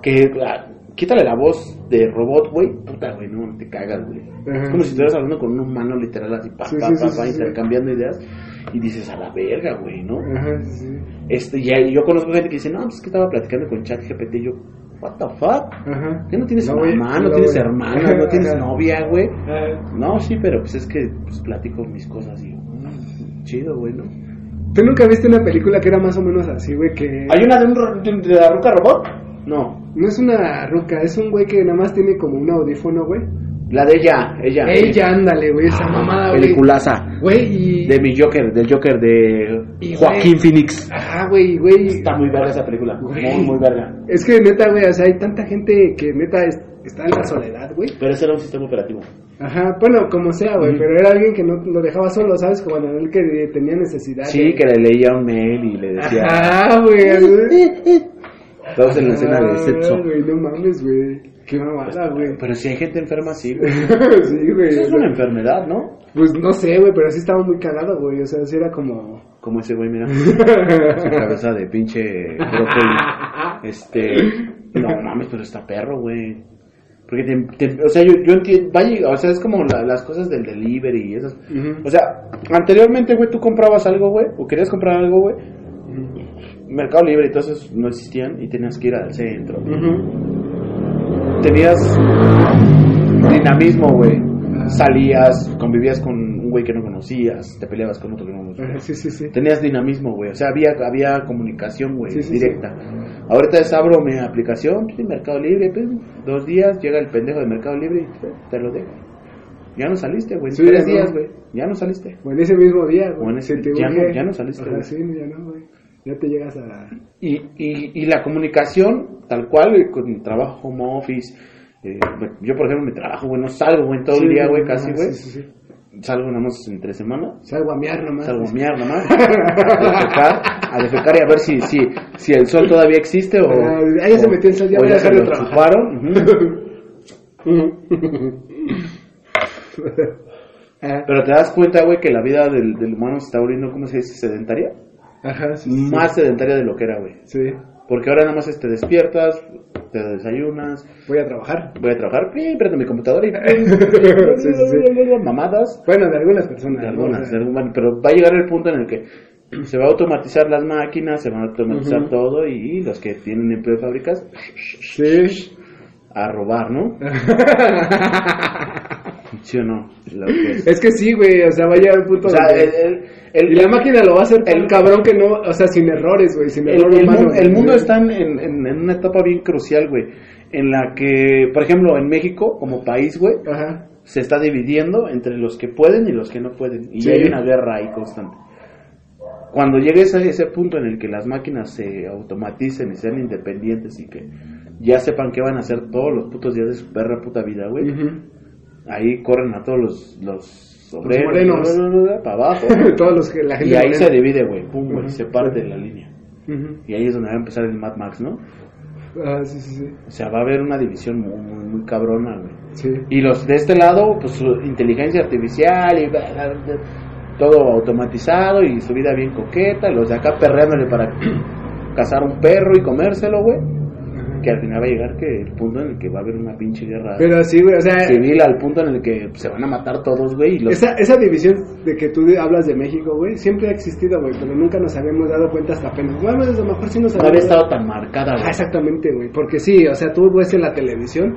Speaker 4: que ah, Quítale la voz de robot, güey. Puta, güey, no, te cagas, güey.
Speaker 3: Ajá.
Speaker 4: Es como si estuvieras hablando con un humano literal así, pa,
Speaker 3: Sí,
Speaker 4: pa,
Speaker 3: sí,
Speaker 4: pa,
Speaker 3: sí,
Speaker 4: pa,
Speaker 3: sí, sí.
Speaker 4: intercambiando ideas. Y dices, a la verga, güey, ¿no?
Speaker 3: Ajá, sí, sí.
Speaker 4: Este, y ahí- yo conozco gente que dice, no, pues que estaba platicando con ChatGPT. Y yo, what the fuck?
Speaker 3: Ajá.
Speaker 4: ¿Qué no tienes
Speaker 3: No, güey,
Speaker 4: mamá, no,
Speaker 3: no,
Speaker 4: tienes
Speaker 3: güey.
Speaker 4: hermana, no tienes
Speaker 3: Ajá.
Speaker 4: novia, güey?
Speaker 3: Ah,
Speaker 4: No, sí, pero pues es que pues, platico mis cosas y yo, mm, chido, güey, ¿no?
Speaker 3: ¿Tú nunca viste una película que era más o menos así, güey? Que
Speaker 4: ¿Hay una de, un, ro- de- de la ruca robot? No,
Speaker 3: no es una ruca, es un güey que nada más tiene como un audífono, güey.
Speaker 4: la de ella, ella.
Speaker 3: Ella, ándale, güey, esa mamada, güey.
Speaker 4: Peliculaza.
Speaker 3: Güey, y.
Speaker 4: Ah, De mi Joker, del Joker de
Speaker 3: Y,
Speaker 4: Joaquín
Speaker 3: güey,
Speaker 4: Phoenix.
Speaker 3: Ajá, güey, güey.
Speaker 4: Está muy verga esa película,
Speaker 3: Güey.
Speaker 4: muy, muy verga.
Speaker 3: Es que neta, güey, o sea, hay tanta gente que neta es- está en la soledad, güey.
Speaker 4: Pero ese era un sistema operativo.
Speaker 3: Ajá, bueno, como sea, güey,
Speaker 4: Ujú.
Speaker 3: pero era alguien que no lo dejaba solo, ¿sabes? Como en el que tenía necesidad.
Speaker 4: Sí,
Speaker 3: güey.
Speaker 4: que le leía un mail y le decía...
Speaker 3: Ajá, güey. así.
Speaker 4: Todos en la escena de sexo. pues,
Speaker 3: Ah, güey, no mames, güey. Qué mamada, güey.
Speaker 4: Pero si hay gente enferma, sí, güey.
Speaker 3: sí, güey.
Speaker 4: Eso pues, es una enfermedad, ¿no?
Speaker 3: Pues no sé, güey, pero sí estaba muy cagado, güey. O sea, sí era como.
Speaker 4: Como ese güey, mira. Su cabeza de pinche brócoli. Este. No mames, pero está perro, güey. Porque te, te- o sea, yo, yo entiendo, vaya, o sea, es como la- las cosas del delivery y esas.
Speaker 3: Ujú.
Speaker 4: O sea, anteriormente, güey, tú comprabas algo, güey, o querías comprar algo, güey. Mercado Libre y todos esos no existían y tenías que ir al centro.
Speaker 3: Ujú.
Speaker 4: Tenías dinamismo, güey. Salías, convivías con un güey que no conocías, te peleabas con otro que no conocías.
Speaker 3: Ajá, Sí, sí, sí.
Speaker 4: Tenías dinamismo, güey. O sea, había, había comunicación, güey,
Speaker 3: Sí, sí,
Speaker 4: directa. Ahorita es abro mi aplicación, pues, de Mercado Libre, pues, dos días llega el pendejo de Mercado Libre y te, te lo dejo. Ya no saliste, güey.
Speaker 3: Sí,
Speaker 4: Tres
Speaker 3: ¿no?
Speaker 4: días, güey. Ya no saliste.
Speaker 3: O en ese mismo día, güey.
Speaker 4: O en ese-
Speaker 3: se te
Speaker 4: ya
Speaker 3: urge.
Speaker 4: no- ya no saliste,
Speaker 3: Ajá,
Speaker 4: güey.
Speaker 3: sí, ya no, güey. Ya te llegas a.
Speaker 4: Y, y, y la comunicación, tal cual, güey, con mi trabajo home office. eh, bueno, yo, por ejemplo, mi trabajo, güey, no salgo, güey, todo
Speaker 3: Sí,
Speaker 4: el día, güey,
Speaker 3: no,
Speaker 4: casi,
Speaker 3: sí,
Speaker 4: güey.
Speaker 3: sí, sí.
Speaker 4: Salgo nada más entre semana.
Speaker 3: Salgo a mear nomás.
Speaker 4: Salgo a miar nomás. A defecar, a defecar y a ver si, si, si el sol todavía existe o.
Speaker 3: Ah, ah, ya se
Speaker 4: o-
Speaker 3: metió el sol, ya
Speaker 4: o
Speaker 3: voy a
Speaker 4: se
Speaker 3: dejar de
Speaker 4: lo
Speaker 3: trabajar.
Speaker 4: chuparon, ujú.
Speaker 3: Ajá.
Speaker 4: Pero te das cuenta, güey, que la vida del, del humano se está volviendo, ¿cómo se dice? Sedentaria.
Speaker 3: Ajá, sí, sí.
Speaker 4: Más sedentaria de lo que era, güey.
Speaker 3: Sí.
Speaker 4: Porque ahora nada más es, te despiertas, te desayunas,
Speaker 3: Voy a trabajar.
Speaker 4: voy a trabajar, pi, prendo mi computadora y.
Speaker 3: Sí, sí, sí.
Speaker 4: Mamadas.
Speaker 3: Bueno, de algunas personas.
Speaker 4: De
Speaker 3: ¿no?
Speaker 4: algunas, de
Speaker 3: O sea,
Speaker 4: algunas, pero va a llegar el punto en el que se va a automatizar las máquinas, se va a automatizar
Speaker 3: Ujú.
Speaker 4: todo y, los que tienen empleo en fábricas
Speaker 3: Sí.
Speaker 4: a robar, ¿no? ¿Sí o no? Lo que es.
Speaker 3: Es que sí, güey. O sea, va a llegar un punto.
Speaker 4: O sea,
Speaker 3: donde-
Speaker 4: el, el- el-
Speaker 3: y la máquina lo va a hacer
Speaker 4: el-
Speaker 3: el cabrón que no. O sea, sin errores, güey. Sin
Speaker 4: El,
Speaker 3: error
Speaker 4: el
Speaker 3: humano,
Speaker 4: mundo, el
Speaker 3: güey.
Speaker 4: mundo está en, en- en- en una etapa bien crucial, güey. En la que, por ejemplo, en México, como país, güey,
Speaker 3: Ajá.
Speaker 4: se está dividiendo entre los que pueden y los que no pueden. Y
Speaker 3: Sí.
Speaker 4: hay una guerra ahí constante. Cuando llegues a ese punto en el que las máquinas se automaticen y sean independientes y que ya sepan qué van a hacer todos los putos días de su perra puta vida, güey,
Speaker 3: Ujú.
Speaker 4: ahí corren a todos los, los obreros,
Speaker 3: morenos.
Speaker 4: bla, bla, bla, bla, para abajo.
Speaker 3: Todos los que la gente.
Speaker 4: y ahí se
Speaker 3: morena.
Speaker 4: divide, güey, pum, güey,
Speaker 3: Ujú.
Speaker 4: se parte la línea.
Speaker 3: Ujú.
Speaker 4: Y ahí es donde va a empezar el Mad Max, ¿no?
Speaker 3: Ah, sí, sí, sí.
Speaker 4: O sea, va a haber una división muy, muy, muy cabrona, güey.
Speaker 3: Sí.
Speaker 4: Y los de este lado, pues su inteligencia artificial y bla, bla, bla, todo automatizado y su vida bien coqueta. Los de acá perreándole para cazar un perro y comérselo, güey.
Speaker 3: Ajá.
Speaker 4: Que al final va a llegar que el punto en el que va a haber una pinche guerra
Speaker 3: Pero eh, sí, güey. O sea,
Speaker 4: civil, al punto en el que se van a matar todos, güey. Y los...
Speaker 3: Esa, esa división de que tú hablas de México, güey, siempre ha existido, güey, pero nunca nos habíamos dado cuenta hasta apenas. Bueno, a lo mejor sí nos
Speaker 4: no había
Speaker 3: habíamos dado-
Speaker 4: estado tan marcada,
Speaker 3: Ah,
Speaker 4: güey.
Speaker 3: exactamente, güey, porque sí, o sea, tú ves en la televisión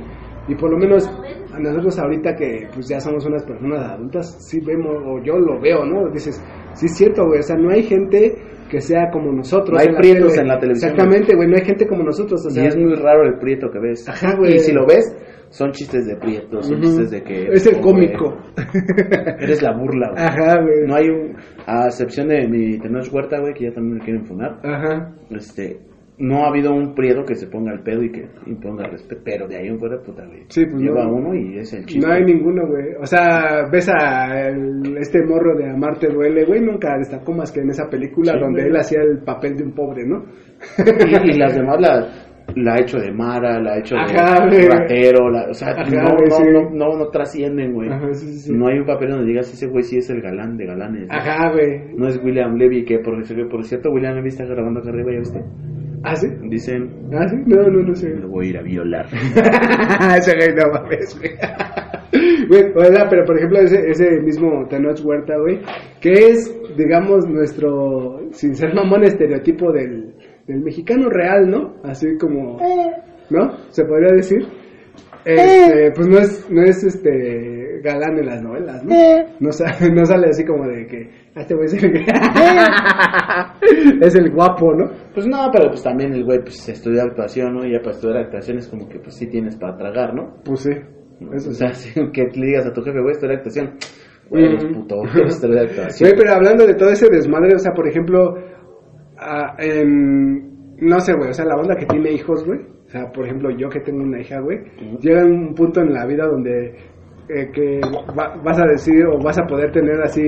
Speaker 3: y por lo menos a nosotros ahorita que pues ya somos unas personas adultas, sí vemos, o yo lo veo, ¿no? Dices, sí es cierto, güey, o sea, no hay gente que sea como nosotros.
Speaker 4: No hay
Speaker 3: la
Speaker 4: prietos
Speaker 3: tele.
Speaker 4: en la televisión,
Speaker 3: Exactamente, güey, no hay gente como nosotros, o sea,
Speaker 4: y es muy raro el prieto que ves.
Speaker 3: Ajá, güey.
Speaker 4: Y si lo ves, son chistes de prieto, son
Speaker 3: Ujú.
Speaker 4: chistes de que...
Speaker 3: Es el
Speaker 4: oh,
Speaker 3: cómico.
Speaker 4: güey, Eres la burla, güey.
Speaker 3: Ajá, güey.
Speaker 4: No hay un... A excepción de mi Tenoch Huerta, güey, que ya también me quieren funar.
Speaker 3: Ajá.
Speaker 4: Este... No ha habido un prieto que se ponga al pedo y que imponga respeto. Pero de ahí en fuera, puta, güey.
Speaker 3: Sí, pues
Speaker 4: Lleva
Speaker 3: no.
Speaker 4: uno y es el chiste.
Speaker 3: No hay ninguno, güey. O sea, ves a el- este morro de Amarte Duele, güey, nunca destacó más que en esa película
Speaker 4: Sí,
Speaker 3: donde
Speaker 4: güey.
Speaker 3: él hacía el papel de un pobre, ¿no?
Speaker 4: y, y las demás la, la ha hecho de Mara, la ha hecho de
Speaker 3: Ajá, güey.
Speaker 4: ratero, la- o sea,
Speaker 3: Ajá,
Speaker 4: no,
Speaker 3: güey,
Speaker 4: no,
Speaker 3: sí.
Speaker 4: no, no, no trascienden, güey.
Speaker 3: Ajá, sí, sí, sí.
Speaker 4: No hay un papel donde digas, ese güey sí es el galán de galanes. ¿no?
Speaker 3: Ajá, güey.
Speaker 4: No es William Levy, que por, que por cierto, William Levy está grabando acá arriba, ¿ya viste?
Speaker 3: ¿Ah, sí?
Speaker 4: Dicen,
Speaker 3: ¿Ah, sí? No, no, no sé.
Speaker 4: lo voy a ir a violar.
Speaker 3: ese güey no mames, güey. Güey, o sea, pero por ejemplo, ese, ese mismo Tenoch Huerta, güey, que es, digamos, nuestro, sin ser mamón, estereotipo del, del mexicano real, ¿no? Así como, ¿no? Se podría decir. Este, pues no es, no es este galán en las novelas, ¿no? No, sa- no sale así como de que, "Ah, este güey es el, es el guapo, ¿no?
Speaker 4: Pues no, pero pues también el güey pues estudia actuación, ¿no? Y ya para estudiar actuación es como que pues sí tienes para tragar, ¿no?
Speaker 3: Pues sí, eso
Speaker 4: o
Speaker 3: sí.
Speaker 4: sea, sí, que le digas a tu jefe, güey, estudia actuación. Güey, los
Speaker 3: Ujú.
Speaker 4: putos, estudia
Speaker 3: Güey,
Speaker 4: actuación.
Speaker 3: pero hablando de todo ese desmadre, o sea, por ejemplo, ah, en- no sé, güey, o sea, la onda que tiene hijos, güey, o sea, por ejemplo, yo que tengo una hija, güey,
Speaker 4: Ujú.
Speaker 3: llega un punto en la vida donde eh, que va- vas a decir o vas a poder tener así,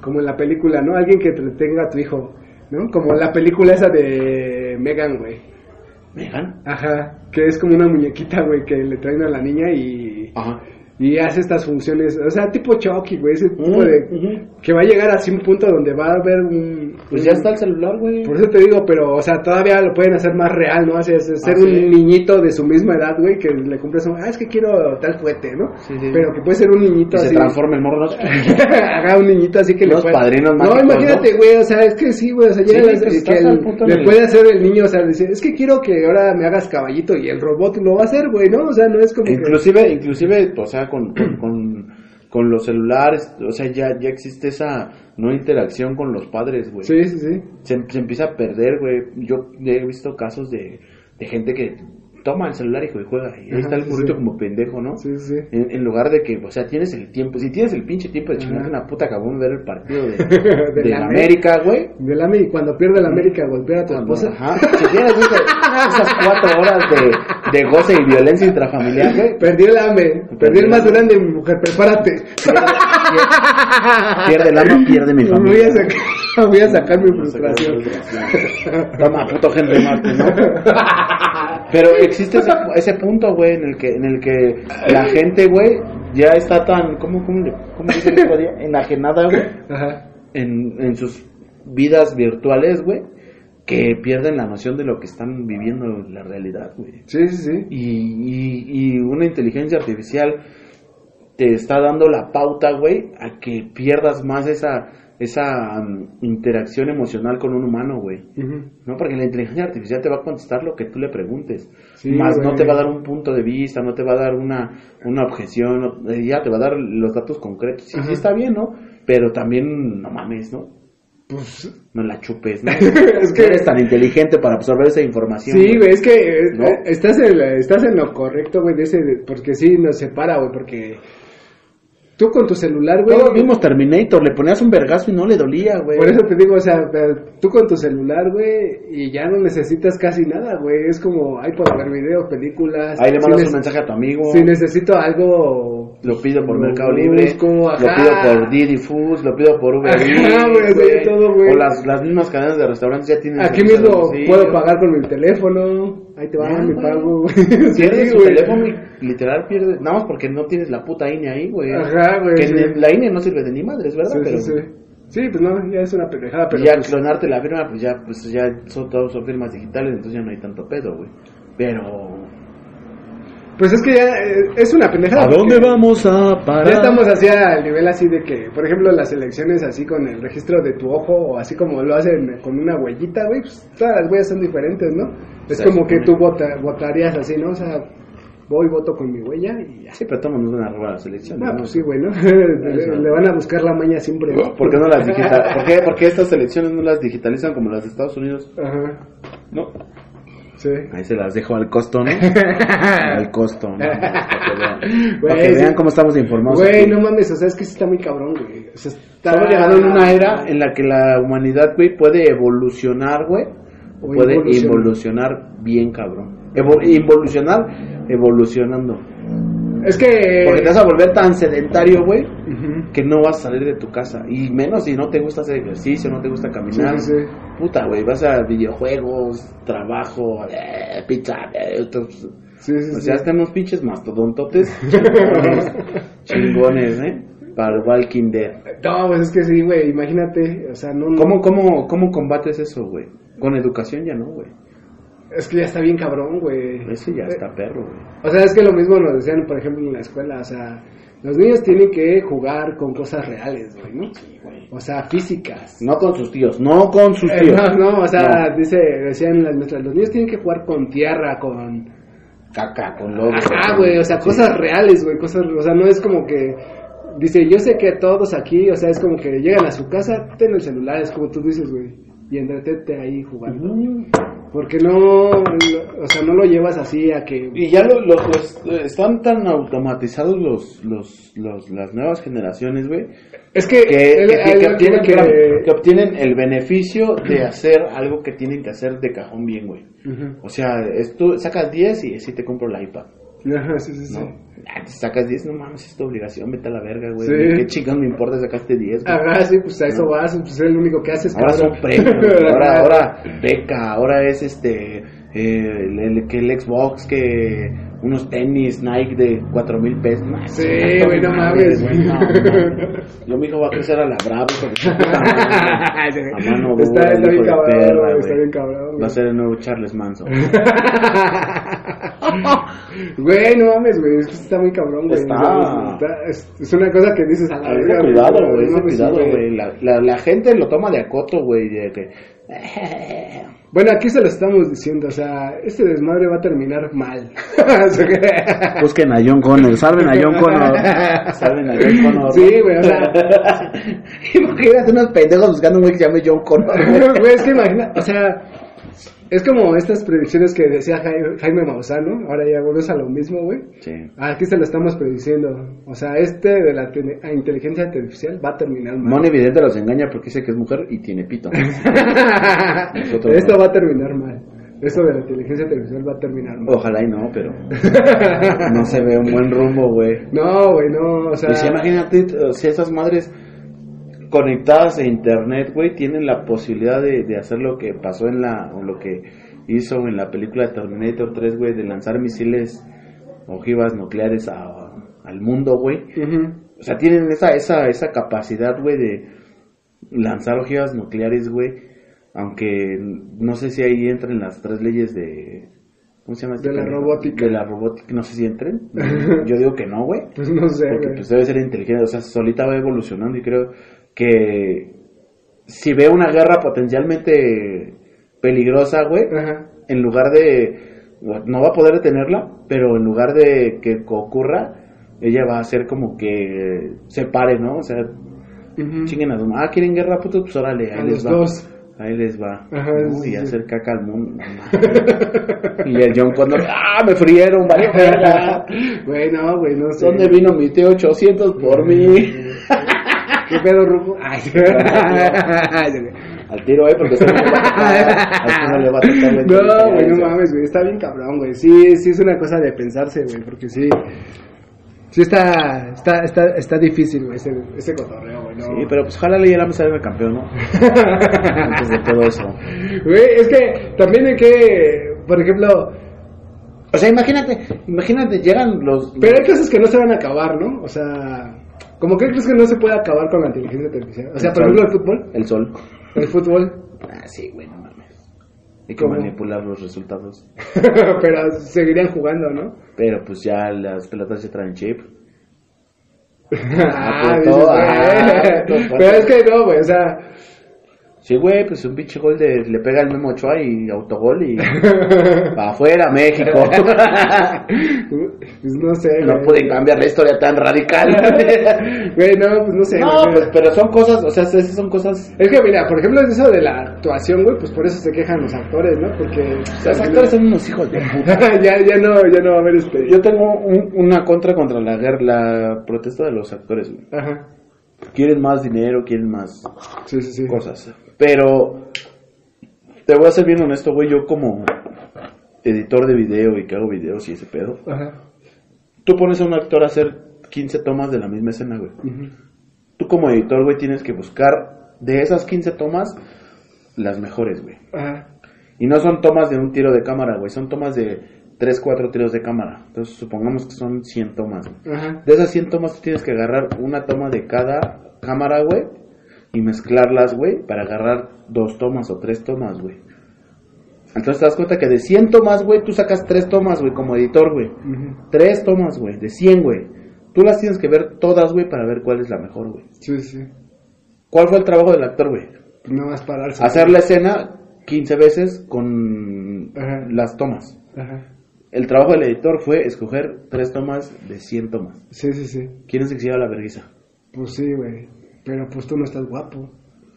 Speaker 3: como en la película, ¿no? Alguien que entretenga a tu hijo, ¿no? Como la película esa de Megan, güey.
Speaker 4: ¿Megan?
Speaker 3: Ajá, que es como una muñequita, güey, que le traen a la niña y,
Speaker 4: Ajá.
Speaker 3: y hace estas funciones, o sea, tipo Chucky, güey, ese tipo
Speaker 4: Ujú,
Speaker 3: de
Speaker 4: ujú.
Speaker 3: que va a llegar así un punto donde va a haber un...
Speaker 4: Pues
Speaker 3: un-
Speaker 4: ya está el celular, güey.
Speaker 3: Por eso te digo, pero, o sea, todavía lo pueden hacer más real, ¿no? O sea, es- es ser
Speaker 4: Ah, sí.
Speaker 3: un niñito de su misma edad, güey, que le compras un... Ah, es que quiero tal juguete, ¿no?
Speaker 4: Sí, sí.
Speaker 3: Pero que puede ser un niñito
Speaker 4: Y se
Speaker 3: así...
Speaker 4: transforma el morro. ¿no?
Speaker 3: Haga un niñito así que
Speaker 4: Unos
Speaker 3: le puede...
Speaker 4: padrinos
Speaker 3: No,
Speaker 4: mágicos,
Speaker 3: imagínate, güey, o sea, es que sí, güey, o sea, ya
Speaker 4: Sí,
Speaker 3: es-
Speaker 4: pues
Speaker 3: es que
Speaker 4: estás
Speaker 3: el-
Speaker 4: al punto en
Speaker 3: le
Speaker 4: el-
Speaker 3: puede hacer el niño, o sea, dice, es que quiero que ahora me hagas caballito y el robot lo va a hacer, güey, ¿no? O sea, no es como que...
Speaker 4: inclusive, inclusive, o sea, con, con, con, con los celulares, o sea, ya, ya existe esa no interacción con los padres, güey.
Speaker 3: Sí, sí, sí.
Speaker 4: se, se empieza a perder, güey. Yo he visto casos de, de gente que toma el celular hijo, y juega, y ahí
Speaker 3: Ajá,
Speaker 4: está el
Speaker 3: sí,
Speaker 4: burrito
Speaker 3: sí.
Speaker 4: como pendejo, ¿no?
Speaker 3: Sí, sí.
Speaker 4: En, en lugar de que, o sea, tienes el tiempo, si tienes el pinche tiempo de chingarte
Speaker 3: Ajá.
Speaker 4: una puta cabrón de ver el partido de,
Speaker 3: De
Speaker 4: de
Speaker 3: la
Speaker 4: la América, güey.
Speaker 3: Del AME y cuando pierde la América golpea a tu
Speaker 4: Cuando-
Speaker 3: esposa.
Speaker 4: Ajá. Si tienes esa- esas cuatro horas de, de goce y violencia intrafamiliar, güey,
Speaker 3: Perdí el AME, perdí el más grande, mi mujer, prepárate.
Speaker 4: pierde el ama, pierde mi
Speaker 3: Voy
Speaker 4: familia.
Speaker 3: a sacar, voy a sacar mi
Speaker 4: Voy a sacar mi
Speaker 3: frustración.
Speaker 4: Toma, puto Henry Martin, ¿no? Pero existe ese, ese punto, güey, en el que en el que la gente, güey, ya está tan, ¿cómo, cómo, le- cómo dice el otro día? Enajenada, güey,
Speaker 3: Ajá.
Speaker 4: en, en sus vidas virtuales, güey, que pierden la noción de lo que están viviendo en la realidad, güey.
Speaker 3: Sí, sí, sí.
Speaker 4: Y, y, y una inteligencia artificial te está dando la pauta, güey, a que pierdas más esa, esa mm, interacción emocional con un humano, güey.
Speaker 3: Ujú.
Speaker 4: No, porque la inteligencia artificial te va a contestar lo que tú le preguntes.
Speaker 3: Sí,
Speaker 4: más no
Speaker 3: güey.
Speaker 4: te va a dar un punto de vista, no te va a dar una, una objeción, no- eh, ya te va a dar los datos concretos. Sí,
Speaker 3: Ajá.
Speaker 4: sí está bien, ¿no? Pero también, no mames, ¿no?
Speaker 3: Pues,
Speaker 4: No la chupes, ¿no?
Speaker 3: Es
Speaker 4: es
Speaker 3: que-
Speaker 4: que eres tan inteligente para absorber esa información.
Speaker 3: sí, güey, es que eh,
Speaker 4: ¿No?
Speaker 3: estás, en, la- estás en lo correcto, güey, de ese, de- porque sí nos separa, güey, porque tú con tu celular, güey.
Speaker 4: Todos vimos Terminator, le ponías un vergazo y no le dolía, güey.
Speaker 3: Por eso te digo, o sea, te- tú con tu celular, güey, y ya no necesitas casi nada, güey. Es como, ay, puedo ver videos, películas.
Speaker 4: Ahí le
Speaker 3: Si
Speaker 4: mandas
Speaker 3: nece-
Speaker 4: un mensaje a tu amigo.
Speaker 3: Si necesito algo
Speaker 4: Lo pido por
Speaker 3: Lo
Speaker 4: Mercado Libre,
Speaker 3: busco, ajá.
Speaker 4: lo pido por Didi Food, lo pido por Uber
Speaker 3: Ajá,
Speaker 4: Eats,
Speaker 3: güey, así de
Speaker 4: güey.
Speaker 3: todo, güey.
Speaker 4: O las, las mismas cadenas de restaurantes ya tienen...
Speaker 3: Aquí
Speaker 4: servicio a
Speaker 3: mismo
Speaker 4: domicilio.
Speaker 3: puedo pagar con mi teléfono. Ahí te va
Speaker 4: Ya,
Speaker 3: mi
Speaker 4: güey.
Speaker 3: pago. güey.
Speaker 4: Pierdes
Speaker 3: Sí,
Speaker 4: tu
Speaker 3: güey.
Speaker 4: teléfono y literal pierdes... Nada más porque no tienes la puta INE ahí, güey.
Speaker 3: Ajá, güey,
Speaker 4: Que
Speaker 3: sí.
Speaker 4: ni- la INE no sirve de ni madres, ¿verdad?
Speaker 3: Sí,
Speaker 4: Pero
Speaker 3: sí, sí. Sí, pues no, ya es una pendejada, pero
Speaker 4: ya
Speaker 3: pues,
Speaker 4: clonarte la firma, pues ya, pues ya son, todos son firmas digitales, entonces ya no hay tanto pedo, güey. Pero...
Speaker 3: pues es que ya eh, es una pendejada. porque
Speaker 4: vamos a parar?
Speaker 3: Ya estamos así al nivel así de que, por ejemplo, las elecciones así con el registro de tu ojo o así como lo hacen con una huellita, güey, pues todas las huellas son diferentes, ¿no? Es
Speaker 4: Sí,
Speaker 3: como que
Speaker 4: sí.
Speaker 3: tú vota- votarías así, ¿no? O sea, voy, voto con mi huella y ya.
Speaker 4: Sí, pero todos nos van a robar la selección.
Speaker 3: Ah,
Speaker 4: ¿no?
Speaker 3: pues sí, güey, ¿no? le, le van a buscar la maña siempre. ¿no?
Speaker 4: ¿Por qué no las digitalizan? ¿Por qué? ¿Por qué estas elecciones no las digitalizan como las de Estados Unidos?
Speaker 3: Ajá,
Speaker 4: No.
Speaker 3: sí.
Speaker 4: Ahí se las dejo al costo, ¿no? al costo, ¿no? Para que vean, para
Speaker 3: Güey,
Speaker 4: que vean
Speaker 3: sí.
Speaker 4: cómo estamos informados.
Speaker 3: Güey,
Speaker 4: aquí.
Speaker 3: no mames, o sea, es que sí está muy cabrón, güey. O sea, está...
Speaker 4: Estamos llegando en una era en la que la humanidad, güey, puede evolucionar, güey. o
Speaker 3: O
Speaker 4: puede
Speaker 3: involucionar.
Speaker 4: evolucionar bien, cabrón. Evo- involucionar, evolucionando.
Speaker 3: Es que...
Speaker 4: Porque te vas a volver tan sedentario, güey,
Speaker 3: Ujú.
Speaker 4: que no vas a salir de tu casa. Y menos si no te gusta hacer ejercicio, no te gusta caminar.
Speaker 3: Sí, sí, sí.
Speaker 4: Puta, güey, vas a videojuegos, trabajo, eh, pizza. eh, entonces,
Speaker 3: Sí, sí,
Speaker 4: o
Speaker 3: sí.
Speaker 4: sea, están unos pinches mastodontotes chingones, chingones, ¿eh? Para el Walking Dead.
Speaker 3: No, pues es que sí, güey, imagínate, o sea, no... no-
Speaker 4: ¿Cómo, cómo, cómo combates eso, güey? Con educación ya no, güey.
Speaker 3: Es que ya está bien cabrón, güey.
Speaker 4: Ese Pues ya está perro, güey.
Speaker 3: O sea, es que lo mismo nos decían, por ejemplo, en la escuela, o sea, los niños tienen que jugar con cosas reales, güey, ¿no? O sea, físicas.
Speaker 4: No con sus tíos, no con sus
Speaker 3: Eh,
Speaker 4: tíos.
Speaker 3: no, no, o sea,
Speaker 4: No.
Speaker 3: dice, decían las maestras, los niños tienen que jugar con tierra, con...
Speaker 4: Caca, con lobo.
Speaker 3: Ajá,
Speaker 4: con-
Speaker 3: güey, o sea,
Speaker 4: sí.
Speaker 3: cosas reales, güey, cosas, o sea, no es como que... Dice, yo sé que todos aquí, o sea, es como que llegan a su casa, ten el celular, es como tú dices, güey, y entretente ahí jugando. Porque no, o sea, no lo llevas así a que...
Speaker 4: Y ya lo- los, los- eh, están tan automatizados los, los, los- las nuevas generaciones, güey,
Speaker 3: Es que,
Speaker 4: que, que-
Speaker 3: el-
Speaker 4: que-
Speaker 3: el-
Speaker 4: que obtienen,
Speaker 3: que-
Speaker 4: perdón, que obtienen el beneficio de hacer algo que tienen que hacer de cajón bien, güey.
Speaker 3: Ujú.
Speaker 4: O sea, es- tú sacas 10 y si te compro la iPad.
Speaker 3: Ajá, sí, sí, sí.
Speaker 4: No, Ah, te sacas 10, no mames, es tu obligación, vete a la verga, güey.
Speaker 3: Sí.
Speaker 4: ¿Qué chingón me importa sacaste 10? güey?
Speaker 3: Ajá, sí, pues a eso vas, pues es lo único que haces.
Speaker 4: Ahora
Speaker 3: cabrón.
Speaker 4: son premios, güey. ahora, ahora beca, ahora es este, eh, el, el- que el Xbox, que unos tenis Nike de 4 mil pesos. No,
Speaker 3: Sí,
Speaker 4: chinga,
Speaker 3: güey, no mames.
Speaker 4: güey, no, mames. Yo, mi hijo, va a crecer a la brava, hijo de su puta madre. A mano dura,
Speaker 3: Está- está
Speaker 4: hijo
Speaker 3: bien
Speaker 4: de
Speaker 3: cabrón,
Speaker 4: perra,
Speaker 3: güey,
Speaker 4: güey.
Speaker 3: está bien cabrón, güey.
Speaker 4: Va a ser el nuevo Charles Manson.
Speaker 3: Güey, no mames, güey, es que está muy cabrón, güey.
Speaker 4: Está.
Speaker 3: no mames, está- es, es una cosa que dices a la
Speaker 4: Ese
Speaker 3: verga,
Speaker 4: cuidado,
Speaker 3: no
Speaker 4: güey, ese
Speaker 3: mames, sí,
Speaker 4: cuidado, güey. La, la- la gente lo toma de acoto, güey, de que...
Speaker 3: Bueno, aquí se lo estamos diciendo, o sea, este desmadre va a terminar mal. O sea que-
Speaker 4: Busquen a John Connor, salven a John Connor. Salven a John Connor.
Speaker 3: Sí, güey, o sea-
Speaker 4: Imagínate unos pendejos buscando un güey que se llame John Connor. güey.
Speaker 3: Güey, es que imagina, o sea, es como estas predicciones que decía Jaime, Jaime Maussan, ¿no? Ahora ya vuelves a lo mismo, güey.
Speaker 4: Sí.
Speaker 3: Aquí se lo estamos prediciendo. O sea, este de la tele- a inteligencia artificial va a terminar mal.
Speaker 4: Mon evidente los engaña porque dice que es mujer y tiene pito. Nosotros
Speaker 3: Esto
Speaker 4: no.
Speaker 3: va a terminar mal. Esto de la inteligencia artificial va a terminar mal.
Speaker 4: Ojalá y no, pero no se ve un buen rumbo, güey.
Speaker 3: No, güey, no, o sea.
Speaker 4: Y si imagínate o si esas madres conectadas a internet, güey, tienen la posibilidad de, de hacer lo que pasó en la o lo que hizo en la película de Terminator 3, güey, de lanzar misiles ojivas nucleares a- al mundo, güey.
Speaker 3: Ujú.
Speaker 4: O sea, tienen esa esa esa capacidad, güey, de lanzar ojivas nucleares, güey. Aunque no sé si ahí entran las tres leyes de ¿Cómo se llama? este
Speaker 3: De la
Speaker 4: pendejo?
Speaker 3: robótica.
Speaker 4: De la robótica, no sé si entren. Yo digo que no, güey.
Speaker 3: Pues no sé,
Speaker 4: Porque
Speaker 3: güey.
Speaker 4: pues debe ser inteligente, o sea, solita va evolucionando y creo que si ve una guerra potencialmente peligrosa, güey,
Speaker 3: Ajá.
Speaker 4: en lugar de, no va a poder detenerla, pero en lugar de que ocurra, ella va a hacer como que se pare, ¿no? O sea,
Speaker 3: Ujú.
Speaker 4: chinguen a su ma- Ah, quieren guerra, puto, pues órale, ahí
Speaker 3: A
Speaker 4: les
Speaker 3: los
Speaker 4: va.
Speaker 3: dos.
Speaker 4: Ahí les va.
Speaker 3: Ajá,
Speaker 4: ¿no?
Speaker 3: sí,
Speaker 4: y
Speaker 3: sí.
Speaker 4: hacer caca al mundo. no mames. y el John Connor, ah, me frieron, vale, verga.
Speaker 3: Güey, no, güey, no sé.
Speaker 4: ¿Dónde vino mi T800 por mí?
Speaker 3: ¿Qué pedo, Rufo? Ay,
Speaker 4: Al tiro, eh, porque se no le va a tocar. eh. al que no le va a tocar la
Speaker 3: No, güey, no
Speaker 4: entrevista.
Speaker 3: mames, güey. Está bien cabrón, güey. Sí, sí es una cosa de pensarse, güey. Porque sí. Sí está, está, está, está difícil, güey, ese, ese cotorreo, güey. No.
Speaker 4: Sí, pero pues ojalá le llegáramos a ver al campeón, ¿no? Antes de todo eso.
Speaker 3: Güey, es que también hay que, por ejemplo,
Speaker 4: O sea, imagínate, imagínate, llegan los...
Speaker 3: pero hay cosas que no se van a acabar, ¿no? O sea, como que crees que no se puede acabar con la inteligencia artificial. O sea, por ejemplo, el fútbol,
Speaker 4: El sol.
Speaker 3: el fútbol,
Speaker 4: Ah, sí, güey, no mames. Hay que
Speaker 3: ¿Cómo?
Speaker 4: manipular los resultados.
Speaker 3: pero seguirían jugando, ¿no?
Speaker 4: Pero pues ya las pelotas se traen chip.
Speaker 3: Ah,
Speaker 4: pues,
Speaker 3: dices,
Speaker 4: no,
Speaker 3: güey.
Speaker 4: ah, pues,
Speaker 3: pero es que no, güey, o sea,
Speaker 4: Sí, güey, pues un pinche gol de, le pega el Memo Ochoa y autogol y... ¡Para afuera, México!
Speaker 3: pues no sé,
Speaker 4: no
Speaker 3: güey.
Speaker 4: pueden cambiar la historia tan radical.
Speaker 3: Güey, no, pues no sé.
Speaker 4: No,
Speaker 3: güey.
Speaker 4: pues, pero son cosas, o sea, esas son cosas.
Speaker 3: Es que mira, por ejemplo, eso de la actuación, güey, pues por eso se quejan los actores, ¿no? Porque
Speaker 4: Los actores son unos hijos de puta.
Speaker 3: ya, ya no, ya no va a haber este.
Speaker 4: Yo tengo un- una contra contra la guerra, la protesta de los actores. güey.
Speaker 3: Ajá.
Speaker 4: Quieren más dinero, quieren más
Speaker 3: Sí, sí, sí.
Speaker 4: cosas. Pero te voy a ser bien honesto, güey. Yo, como editor de video y que hago videos y ese pedo,
Speaker 3: Ajá.
Speaker 4: tú pones a un actor a hacer 15 tomas de la misma escena, güey.
Speaker 3: Ujú.
Speaker 4: Tú, como editor, güey, tienes que buscar de esas 15 tomas las mejores, güey.
Speaker 3: Ajá.
Speaker 4: Y no son tomas de un tiro de cámara, güey. Son tomas de 3, 4 tiros de cámara. Entonces supongamos que son 100 tomas. güey.
Speaker 3: Ajá.
Speaker 4: De esas 100 tomas tú tienes que agarrar una toma de cada cámara, güey. Y mezclarlas, güey. Para agarrar dos tomas o tres tomas, güey. Entonces te das cuenta que de 100 tomas, güey, tú sacas 3 tomas, güey, como editor, güey.
Speaker 3: Ujú.
Speaker 4: 3 tomas, güey, de 100, güey. Tú las tienes que ver todas, güey, para ver cuál es la mejor, güey.
Speaker 3: Sí, sí. Pues,
Speaker 4: ¿Cuál fue el trabajo del actor, güey?
Speaker 3: Nada más pararse.
Speaker 4: Hacer la escena 15 veces con
Speaker 3: Ajá.
Speaker 4: las tomas.
Speaker 3: Ajá.
Speaker 4: El trabajo del editor fue escoger 3 tomas de 100 tomas.
Speaker 3: Sí, sí, sí.
Speaker 4: ¿Quién es el que se lleva la vergüenza?
Speaker 3: Pues sí, güey. Pero pues tú no estás guapo.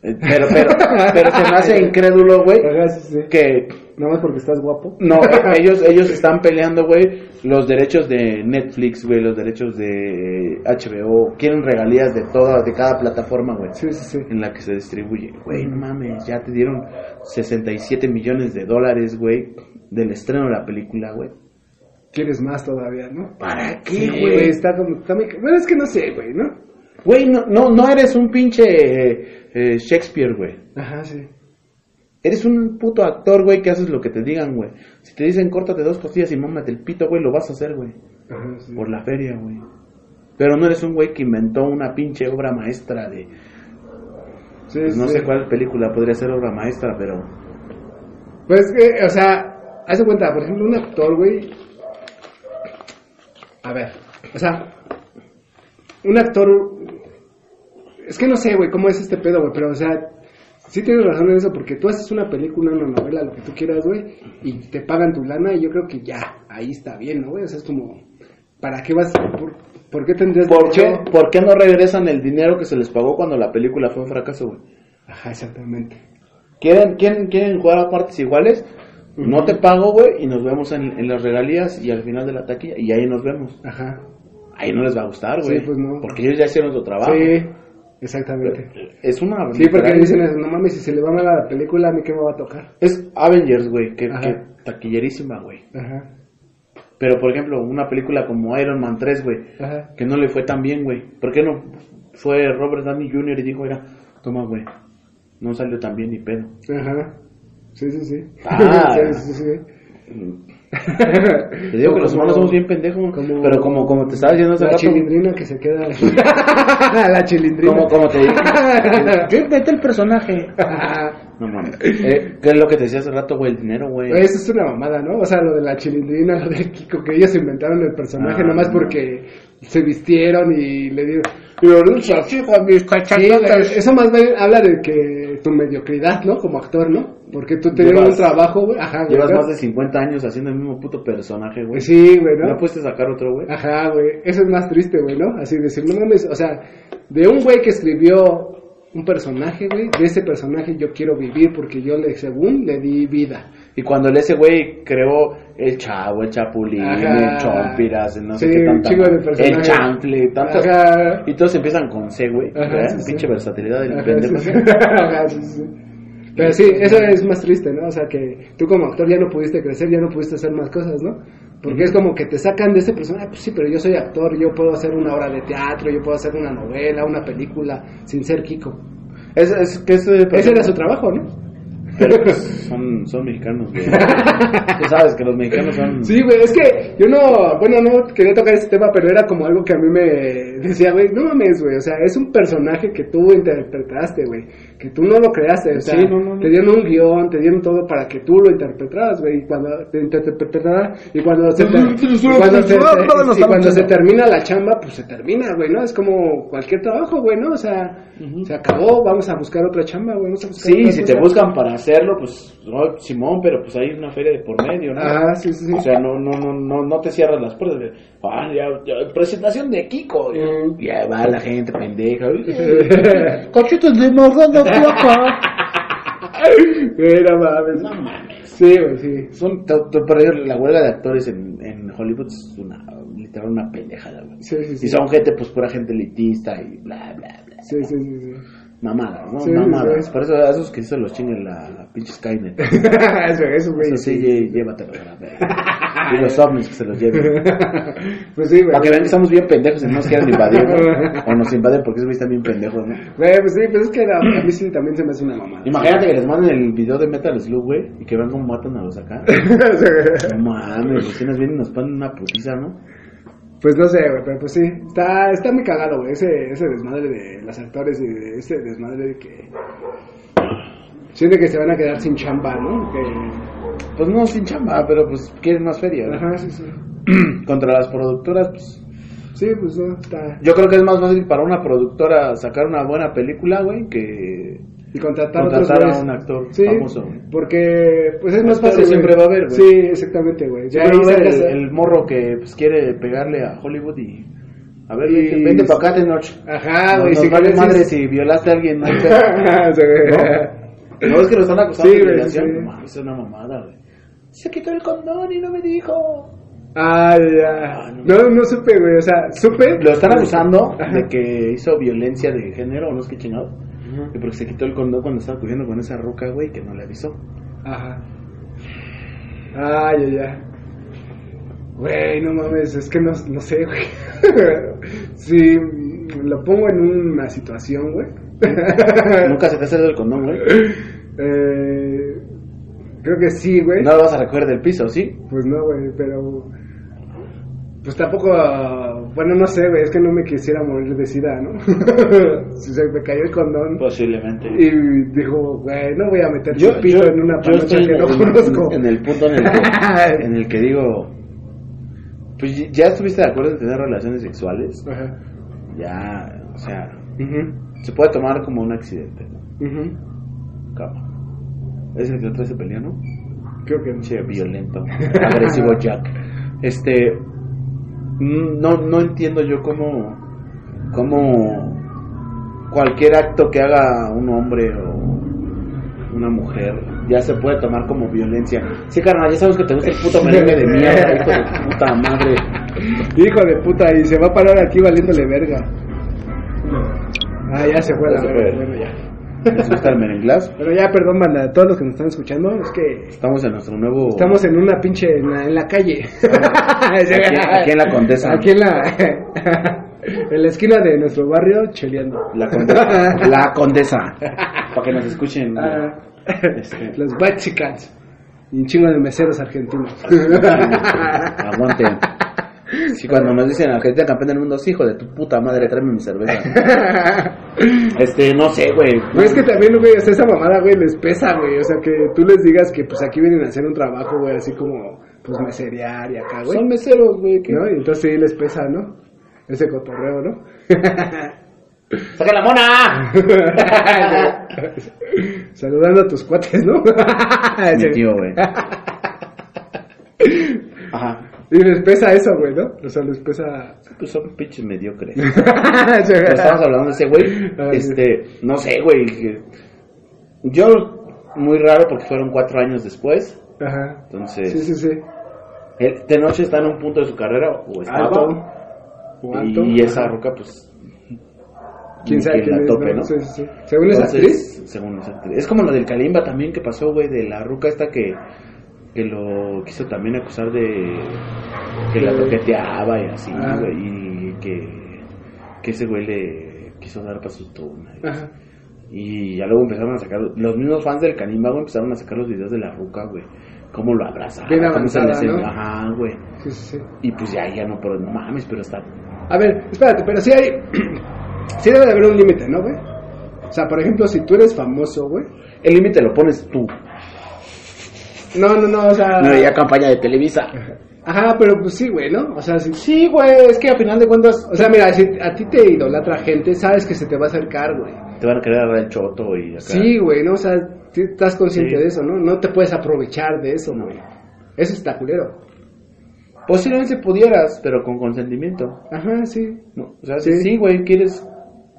Speaker 4: Eh, Pero, pero, pero se me hace incrédulo, güey,
Speaker 3: Ajá, sí, sí.
Speaker 4: que
Speaker 3: Nada más porque estás guapo.
Speaker 4: No, eh, ellos, ellos están peleando, güey, los derechos de Netflix, güey, los derechos de HBO. Quieren regalías de todas, de cada plataforma, güey,
Speaker 3: Sí, sí, sí.
Speaker 4: en la que se distribuye. Güey, no mames, ya te dieron 67 millones de dólares, güey, del estreno de la película, güey.
Speaker 3: Quieres más todavía, ¿no?
Speaker 4: ¿Para qué,
Speaker 3: Sí,
Speaker 4: güey?
Speaker 3: güey. Está como. Está muy... Bueno, es que no sé, güey, ¿no?
Speaker 4: Güey, no, no, no eres un pinche eh, eh, Shakespeare, güey.
Speaker 3: Ajá, sí.
Speaker 4: Eres un puto actor, güey, que haces lo que te digan, güey. Si te dicen córtate dos costillas y mámate el pito, güey, lo vas a hacer, güey.
Speaker 3: Ajá, sí.
Speaker 4: por la feria, güey. Pero no eres un güey que inventó una pinche obra maestra de...
Speaker 3: Sí,
Speaker 4: pues no
Speaker 3: sí.
Speaker 4: sé cuál película podría ser obra maestra, pero...
Speaker 3: Pues que, o sea, haz de cuenta, por ejemplo, un actor, güey. A ver, o sea, un actor. Es que no sé, güey, cómo es este pedo, güey, pero, o sea, sí tienes razón en eso, porque tú haces una película, una novela, lo que tú quieras, güey, y te pagan tu lana, y yo creo que ya, ahí está bien, ¿no, güey? O sea, es como, ¿para qué vas? ¿Por, por qué tendrías
Speaker 4: ¿Por
Speaker 3: derecho?
Speaker 4: qué, ¿Por qué no regresan el dinero que se les pagó cuando la película fue un fracaso, güey?
Speaker 3: Ajá, exactamente.
Speaker 4: ¿Quieren, quieren, quieren jugar a partes iguales? No te pago, güey, y nos vemos en, en las regalías y al final de la taquilla, y ahí nos vemos.
Speaker 3: Ajá.
Speaker 4: Ahí no les va a gustar,
Speaker 3: Sí,
Speaker 4: güey.
Speaker 3: pues no.
Speaker 4: Porque ellos ya hicieron su trabajo.
Speaker 3: Sí, exactamente.
Speaker 4: Es una...
Speaker 3: Sí, porque dicen eso, no mames, si se le va mal a la película, ¿a mí qué me va a tocar?
Speaker 4: Es Avengers, güey, que,
Speaker 3: Ajá.
Speaker 4: que taquillerísima, güey.
Speaker 3: Ajá,
Speaker 4: Pero, por ejemplo, una película como Iron Man 3, güey,
Speaker 3: ajá.
Speaker 4: que no le fue tan bien, güey. ¿Por qué no fue Robert Downey Jr. y dijo, mira, toma, güey, no salió tan bien ni pedo?
Speaker 3: Ajá. Sí, sí, sí.
Speaker 4: Ah.
Speaker 3: sí, sí, sí.
Speaker 4: Te digo que los humanos somos bien pendejos, pero como, como te estaba diciendo hace
Speaker 3: La
Speaker 4: rato,
Speaker 3: chilindrina que se queda. la chilindrina.
Speaker 4: como, como te dije, ¿qué vete el personaje?
Speaker 3: Ajá.
Speaker 4: No mames, eh, ¿qué es lo que te decía hace rato, güey? El dinero, güey.
Speaker 3: Eso es una mamada, ¿no? O sea, lo de la chilindrina, lo del Kiko, que ellos inventaron el personaje
Speaker 4: Ah,
Speaker 3: nomás
Speaker 4: no.
Speaker 3: porque se vistieron y le dieron.
Speaker 4: así con mis
Speaker 3: Sí, la- eso más bien habla de que tu mediocridad, ¿no? Como actor, ¿no? Porque tú te dieron
Speaker 4: Llevas-
Speaker 3: un trabajo, güey. Ajá, güey,
Speaker 4: Llevas
Speaker 3: ¿no?
Speaker 4: más de 50 años haciendo el mismo puto personaje, güey.
Speaker 3: Pues sí, güey, ¿no?
Speaker 4: ¿No puedes sacar otro, güey?
Speaker 3: Ajá, güey. Eso es más triste, güey, ¿no? Así decir, no mames, o sea, de un güey que escribió un personaje, güey, de ese personaje yo quiero vivir porque yo le, según, le di vida.
Speaker 4: Y cuando el ese güey creó el chavo, el chapulín,
Speaker 3: Ajá.
Speaker 4: el chompiras, el no sé
Speaker 3: Sí,
Speaker 4: qué
Speaker 3: un
Speaker 4: tanta,
Speaker 3: chingo de personajes.
Speaker 4: el chanfle, tantas.
Speaker 3: Ajá.
Speaker 4: Y todos empiezan con C, güey.
Speaker 3: Ajá,
Speaker 4: ¿verdad?
Speaker 3: sí, sí.
Speaker 4: Pinche versatilidad del
Speaker 3: Ajá,
Speaker 4: pendejo.
Speaker 3: sí, sí. Ajá, sí, sí. Pero sí, eso es más triste, ¿no? O sea, que tú como actor ya no pudiste crecer, ya no pudiste hacer más cosas, ¿no? Porque es como que te sacan de ese personaje, pues sí, pero yo soy actor, yo puedo hacer una obra de teatro, yo puedo hacer una novela, una película, sin ser Kiko.
Speaker 4: Es, es que eso de-
Speaker 3: Ese era su trabajo, ¿no?
Speaker 4: Pero pues, son, son mexicanos, güey. Tú sabes que los mexicanos son.
Speaker 3: Sí, güey, es que yo no, bueno, no quería tocar ese tema, pero era como algo que a mí me decía, güey, no mames, güey, o sea, es un personaje que tú interpretaste, güey, que tú no lo creaste, o sea,
Speaker 4: Sí, no, no, no.
Speaker 3: te dieron un guión, te dieron todo para que tú lo interpretaras, güey, y cuando te interpretara, y cuando se, te- y cuando se, y cuando se termina la chamba, pues se termina, güey, ¿no? Es como cualquier trabajo, güey, ¿no? O sea, se acabó, vamos a buscar otra chamba, güey, vamos a buscar
Speaker 4: Sí,
Speaker 3: otra
Speaker 4: si te
Speaker 3: cosa.
Speaker 4: buscan para hacerlo, pues, no, Simón, pero pues hay una feria de por medio, ¿no?
Speaker 3: Ajá, sí, sí, sí.
Speaker 4: O sea, no, no, no, no, no te cierras las puertas. de, Ah, ya, ya, presentación de Kiko.
Speaker 3: Mm.
Speaker 4: Ya va la gente pendeja. Cachetes de morgana flaca.
Speaker 3: Güey, no mames.
Speaker 4: No mames.
Speaker 3: Sí, güey, sí.
Speaker 4: Son, to- to- pero yo- la huelga de actores en, en Hollywood es una, literal una pendejada, güey.
Speaker 3: Sí, sí, sí.
Speaker 4: Y son gente, pues, pura gente elitista y bla, bla, bla.
Speaker 3: Sí, sí, sí, sí.
Speaker 4: Mamadas, ¿no?
Speaker 3: Sí,
Speaker 4: Mamadas.
Speaker 3: sí.
Speaker 4: Por eso a esos que se los chinguen la, la pinche Skynet.
Speaker 3: eso, eso, güey.
Speaker 4: Eso sí, lle- llévatelos a la verga. Y los ovnis que se los lleven.
Speaker 3: Pues sí, güey.
Speaker 4: Para que vean que estamos bien pendejos y no nos quieran invadir, ¿no? O nos invaden porque esos güeyes están bien pendejos, ¿no?
Speaker 3: Güey, pues sí, pues es que la- a mí sí también se me hace una mamada.
Speaker 4: Imagínate que les manden el video de Metal Slug, güey, y que vean cómo matan a los acá.
Speaker 3: O sea,
Speaker 4: No mames, los chinos vienen y nos ponen una putiza, ¿no?
Speaker 3: pues no sé, güey, pero pues sí. Está, está muy cagado, güey, ese, ese desmadre de los actores y de ese desmadre de que... Siente que se van a quedar sin chamba, ¿no? Que
Speaker 4: Pues no, sin chamba, pero pues quieren más feria. ¿no?
Speaker 3: Ajá, sí, sí.
Speaker 4: Contra las productoras, pues.
Speaker 3: Sí, pues no, está.
Speaker 4: Yo creo que es más fácil para una productora sacar una buena película, güey, que.
Speaker 3: Y contratar,
Speaker 4: Contratar a
Speaker 3: otros güeyes.
Speaker 4: un actor
Speaker 3: Sí,
Speaker 4: famoso, güey.
Speaker 3: Porque, pues es más
Speaker 4: Actores
Speaker 3: fácil. güey.
Speaker 4: siempre va a haber, güey.
Speaker 3: Sí, exactamente, güey. Ya
Speaker 4: Ya
Speaker 3: ahí
Speaker 4: el,
Speaker 3: sacas-
Speaker 4: el morro que pues, quiere pegarle a Hollywood y. A ver,
Speaker 3: Y-
Speaker 4: vente, vente para acá, Tenoch.
Speaker 3: Ajá,
Speaker 4: No,
Speaker 3: güey.
Speaker 4: nos
Speaker 3: si Ah,
Speaker 4: vale
Speaker 3: quieres-
Speaker 4: madre si violaste a alguien, no hay pedo.
Speaker 3: Ajá, sí, güey.
Speaker 4: No es que lo están acusando
Speaker 3: Sí,
Speaker 4: de
Speaker 3: güey,
Speaker 4: violación.
Speaker 3: sí, sí.
Speaker 4: No mames, es una mamada, güey. Se quitó el condón y no me dijo.
Speaker 3: Ah, ya. No, no supe, güey. O sea, supe.
Speaker 4: Lo están acusando
Speaker 3: Ajá.
Speaker 4: de que hizo violencia de género o no es que chingado. Que Porque se quitó el condón cuando estaba cubriendo con esa ruca, güey, que no le avisó.
Speaker 3: Ajá. Ah, ya, ya. Güey, no mames, es que no, no sé, güey. si lo pongo en una situación, güey.
Speaker 4: Nunca se te ha salido el condón, güey.
Speaker 3: Eh, creo que sí, güey.
Speaker 4: No lo vas a recoger del piso, ¿sí?
Speaker 3: Pues no, güey, pero... Pues tampoco... Bueno, no sé, güey, es que no me quisiera morir de sida, ¿no? si se me cayó el condón.
Speaker 4: Posiblemente.
Speaker 3: Y dijo, güey, no voy a meter yo, pito en una
Speaker 4: Pues yo
Speaker 3: panocha
Speaker 4: estoy
Speaker 3: que no
Speaker 4: en-
Speaker 3: conozco.
Speaker 4: En el punto en el, que, en el que digo, pues ya estuviste de acuerdo en tener relaciones sexuales,
Speaker 3: Ajá.
Speaker 4: ya, o sea,
Speaker 3: Ujú,
Speaker 4: se puede tomar como un accidente, ¿no?
Speaker 3: ujú.
Speaker 4: Cama. ¿Es el que otra vez se peleó, no?
Speaker 3: Creo que no.
Speaker 4: Che, violento, agresivo Jack. Este, mm, no, no entiendo yo cómo, cómo cualquier acto que haga un hombre o una mujer ya se puede tomar como violencia. Sí, carnal, ya sabemos que te gusta el puto merengue de mierda, hijo de puta madre.
Speaker 3: Hijo de puta, y se va a parar aquí valiéndole verga. Ah, ya se fue la
Speaker 4: Ya se
Speaker 3: verga.
Speaker 4: fue.
Speaker 3: Bueno, ya.
Speaker 4: ¿Les gusta el merenglás?
Speaker 3: Pero ya, perdón, banda, a todos los que nos están escuchando, es que
Speaker 4: Estamos en nuestro nuevo...
Speaker 3: estamos en una pinche. en la, en la calle.
Speaker 4: Aquí- aquí en la Condesa.
Speaker 3: Aquí en la. en la esquina de nuestro barrio, cheleando.
Speaker 4: La condesa. La condesa. Para que nos escuchen.
Speaker 3: Ah,
Speaker 4: Este.
Speaker 3: los White Chicans. Y un chingo de meseros argentinos.
Speaker 4: Aguante. Sí, cuando nos dicen Argentina campeón del mundo, sí, hijo de tu puta madre, tráeme mi cerveza. Este, no sé, güey.
Speaker 3: No, es que también, güey, o sea, esa mamada, güey, les pesa, güey. O sea, que tú les digas que, pues, aquí vienen a hacer un trabajo, güey, así como, pues, meserear y acá, güey.
Speaker 4: Son meseros, güey. que-
Speaker 3: ¿No? Y entonces sí les pesa, ¿no? Ese cotorreo, ¿no?
Speaker 4: ¡Saca la mona!
Speaker 3: Saludando a tus cuates, ¿no?
Speaker 4: Mi tío, güey. Ajá.
Speaker 3: Y les pesa eso, güey, ¿no? O sea, les pesa...
Speaker 4: Pues son pinches mediocres. Pero estamos hablando de ese
Speaker 3: Ay,
Speaker 4: güey. Este, no sé, güey. que- Yo, muy raro porque fueron cuatro años después.
Speaker 3: Ajá.
Speaker 4: Entonces,
Speaker 3: Sí, sí, sí.
Speaker 4: él de noche está en un punto de su carrera, o estaba,
Speaker 3: Alto.
Speaker 4: y esa roca, pues.
Speaker 3: ¿Quién sabe
Speaker 4: que
Speaker 3: quién
Speaker 4: la
Speaker 3: es,
Speaker 4: tope,
Speaker 3: no?
Speaker 4: ¿no?
Speaker 3: Sí, sí, sí. ¿Según es actriz?
Speaker 4: Entonces, Según es actriz. Es como lo del Kalimba también que pasó, güey, de la ruca esta que, que lo quiso también acusar de que la
Speaker 3: Sí.
Speaker 4: toqueteaba y así,
Speaker 3: Ah.
Speaker 4: güey, y que, que ese güey le quiso dar para su toma.
Speaker 3: Ajá.
Speaker 4: Y ya luego empezaron a sacar, los mismos fans del Kalimba, güey, empezaron a sacar los videos de la ruca, güey. Cómo lo abrazaba,
Speaker 3: Bien
Speaker 4: cómo se le hacía-
Speaker 3: avanzada, ¿no?
Speaker 4: Ajá, güey.
Speaker 3: Sí, sí, sí.
Speaker 4: Y pues ya, ya no, pero no mames, pero está...
Speaker 3: A ver, espérate, pero sí hay. sí debe de haber un límite, ¿no, güey? O sea, por ejemplo, si tú eres famoso, güey.
Speaker 4: El límite lo pones tú.
Speaker 3: No, no, no, o sea.
Speaker 4: No, ya campaña de Televisa.
Speaker 3: Ajá, pero pues sí, güey, ¿no? O sea, si.
Speaker 4: Sí, güey, es que a final de cuentas
Speaker 3: O sea, mira, si a ti te idolatra gente, sabes que se te va a acercar, güey.
Speaker 4: Te van a querer agarrar el choto y acá.
Speaker 3: Sí, güey, ¿no? O sea, sí estás consciente
Speaker 4: Sí.
Speaker 3: de eso, ¿no? No te puedes aprovechar de eso, güey. Eso está culero. Pues
Speaker 4: Posiblemente pudieras, pero con consentimiento.
Speaker 3: Ajá, sí.
Speaker 4: No, o sea,
Speaker 3: Sí.
Speaker 4: sí, sí, güey, quieres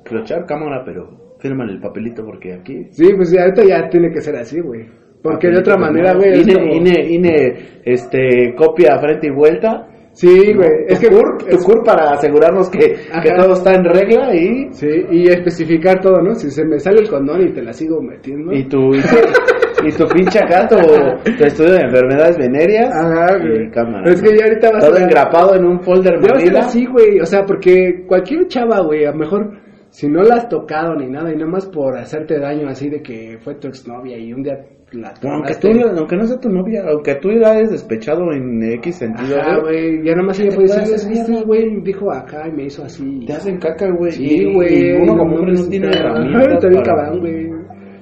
Speaker 4: clochar cámara, pero fírmale el papelito porque aquí.
Speaker 3: Sí, pues ya, ahorita ya tiene que ser así, güey. Porque de
Speaker 4: papelito
Speaker 3: otra
Speaker 4: de
Speaker 3: manera,
Speaker 4: nada.
Speaker 3: güey. es
Speaker 4: INE,
Speaker 3: como-
Speaker 4: INE, INE, este, copia frente y vuelta.
Speaker 3: Sí, güey.
Speaker 4: Tu
Speaker 3: Es que.
Speaker 4: cur, tu
Speaker 3: es-
Speaker 4: cur para asegurarnos que,
Speaker 3: Ajá.
Speaker 4: que todo está en regla y.
Speaker 3: Sí, y especificar todo, ¿no? Si se me sale el condón y te la sigo metiendo.
Speaker 4: Y tu. Y tu, y tu pinche acá, tu, tu estudio de enfermedades venéreas.
Speaker 3: Ajá, Ah, güey.
Speaker 4: Y cámara.
Speaker 3: Pero es que ya ahorita va a
Speaker 4: Todo
Speaker 3: ser-
Speaker 4: engrapado en un folder
Speaker 3: Ya va a ser
Speaker 4: Manila.
Speaker 3: así, güey. O sea, porque cualquier chava, güey, a lo mejor si no la has tocado ni nada y nada más por hacerte daño así de que fue tu exnovia y un día la
Speaker 4: No, aunque,
Speaker 3: tocaste.
Speaker 4: tú, aunque no sea tu novia, aunque tú la hayas despechado en X sentido,
Speaker 3: Ajá,
Speaker 4: güey,
Speaker 3: güey. Ya nada más ella
Speaker 4: Te
Speaker 3: puede
Speaker 4: puede
Speaker 3: decir,
Speaker 4: hacer
Speaker 3: "Es que
Speaker 4: mierda".
Speaker 3: este güey me dijo acá y me hizo así.
Speaker 4: te hacen caca, güey.
Speaker 3: Sí, güey.
Speaker 4: Y uno
Speaker 3: no
Speaker 4: como hombre
Speaker 3: mames,
Speaker 4: no tiene
Speaker 3: está-
Speaker 4: herramientas.
Speaker 3: Ajá, Está bien
Speaker 4: para-
Speaker 3: cabrón, güey.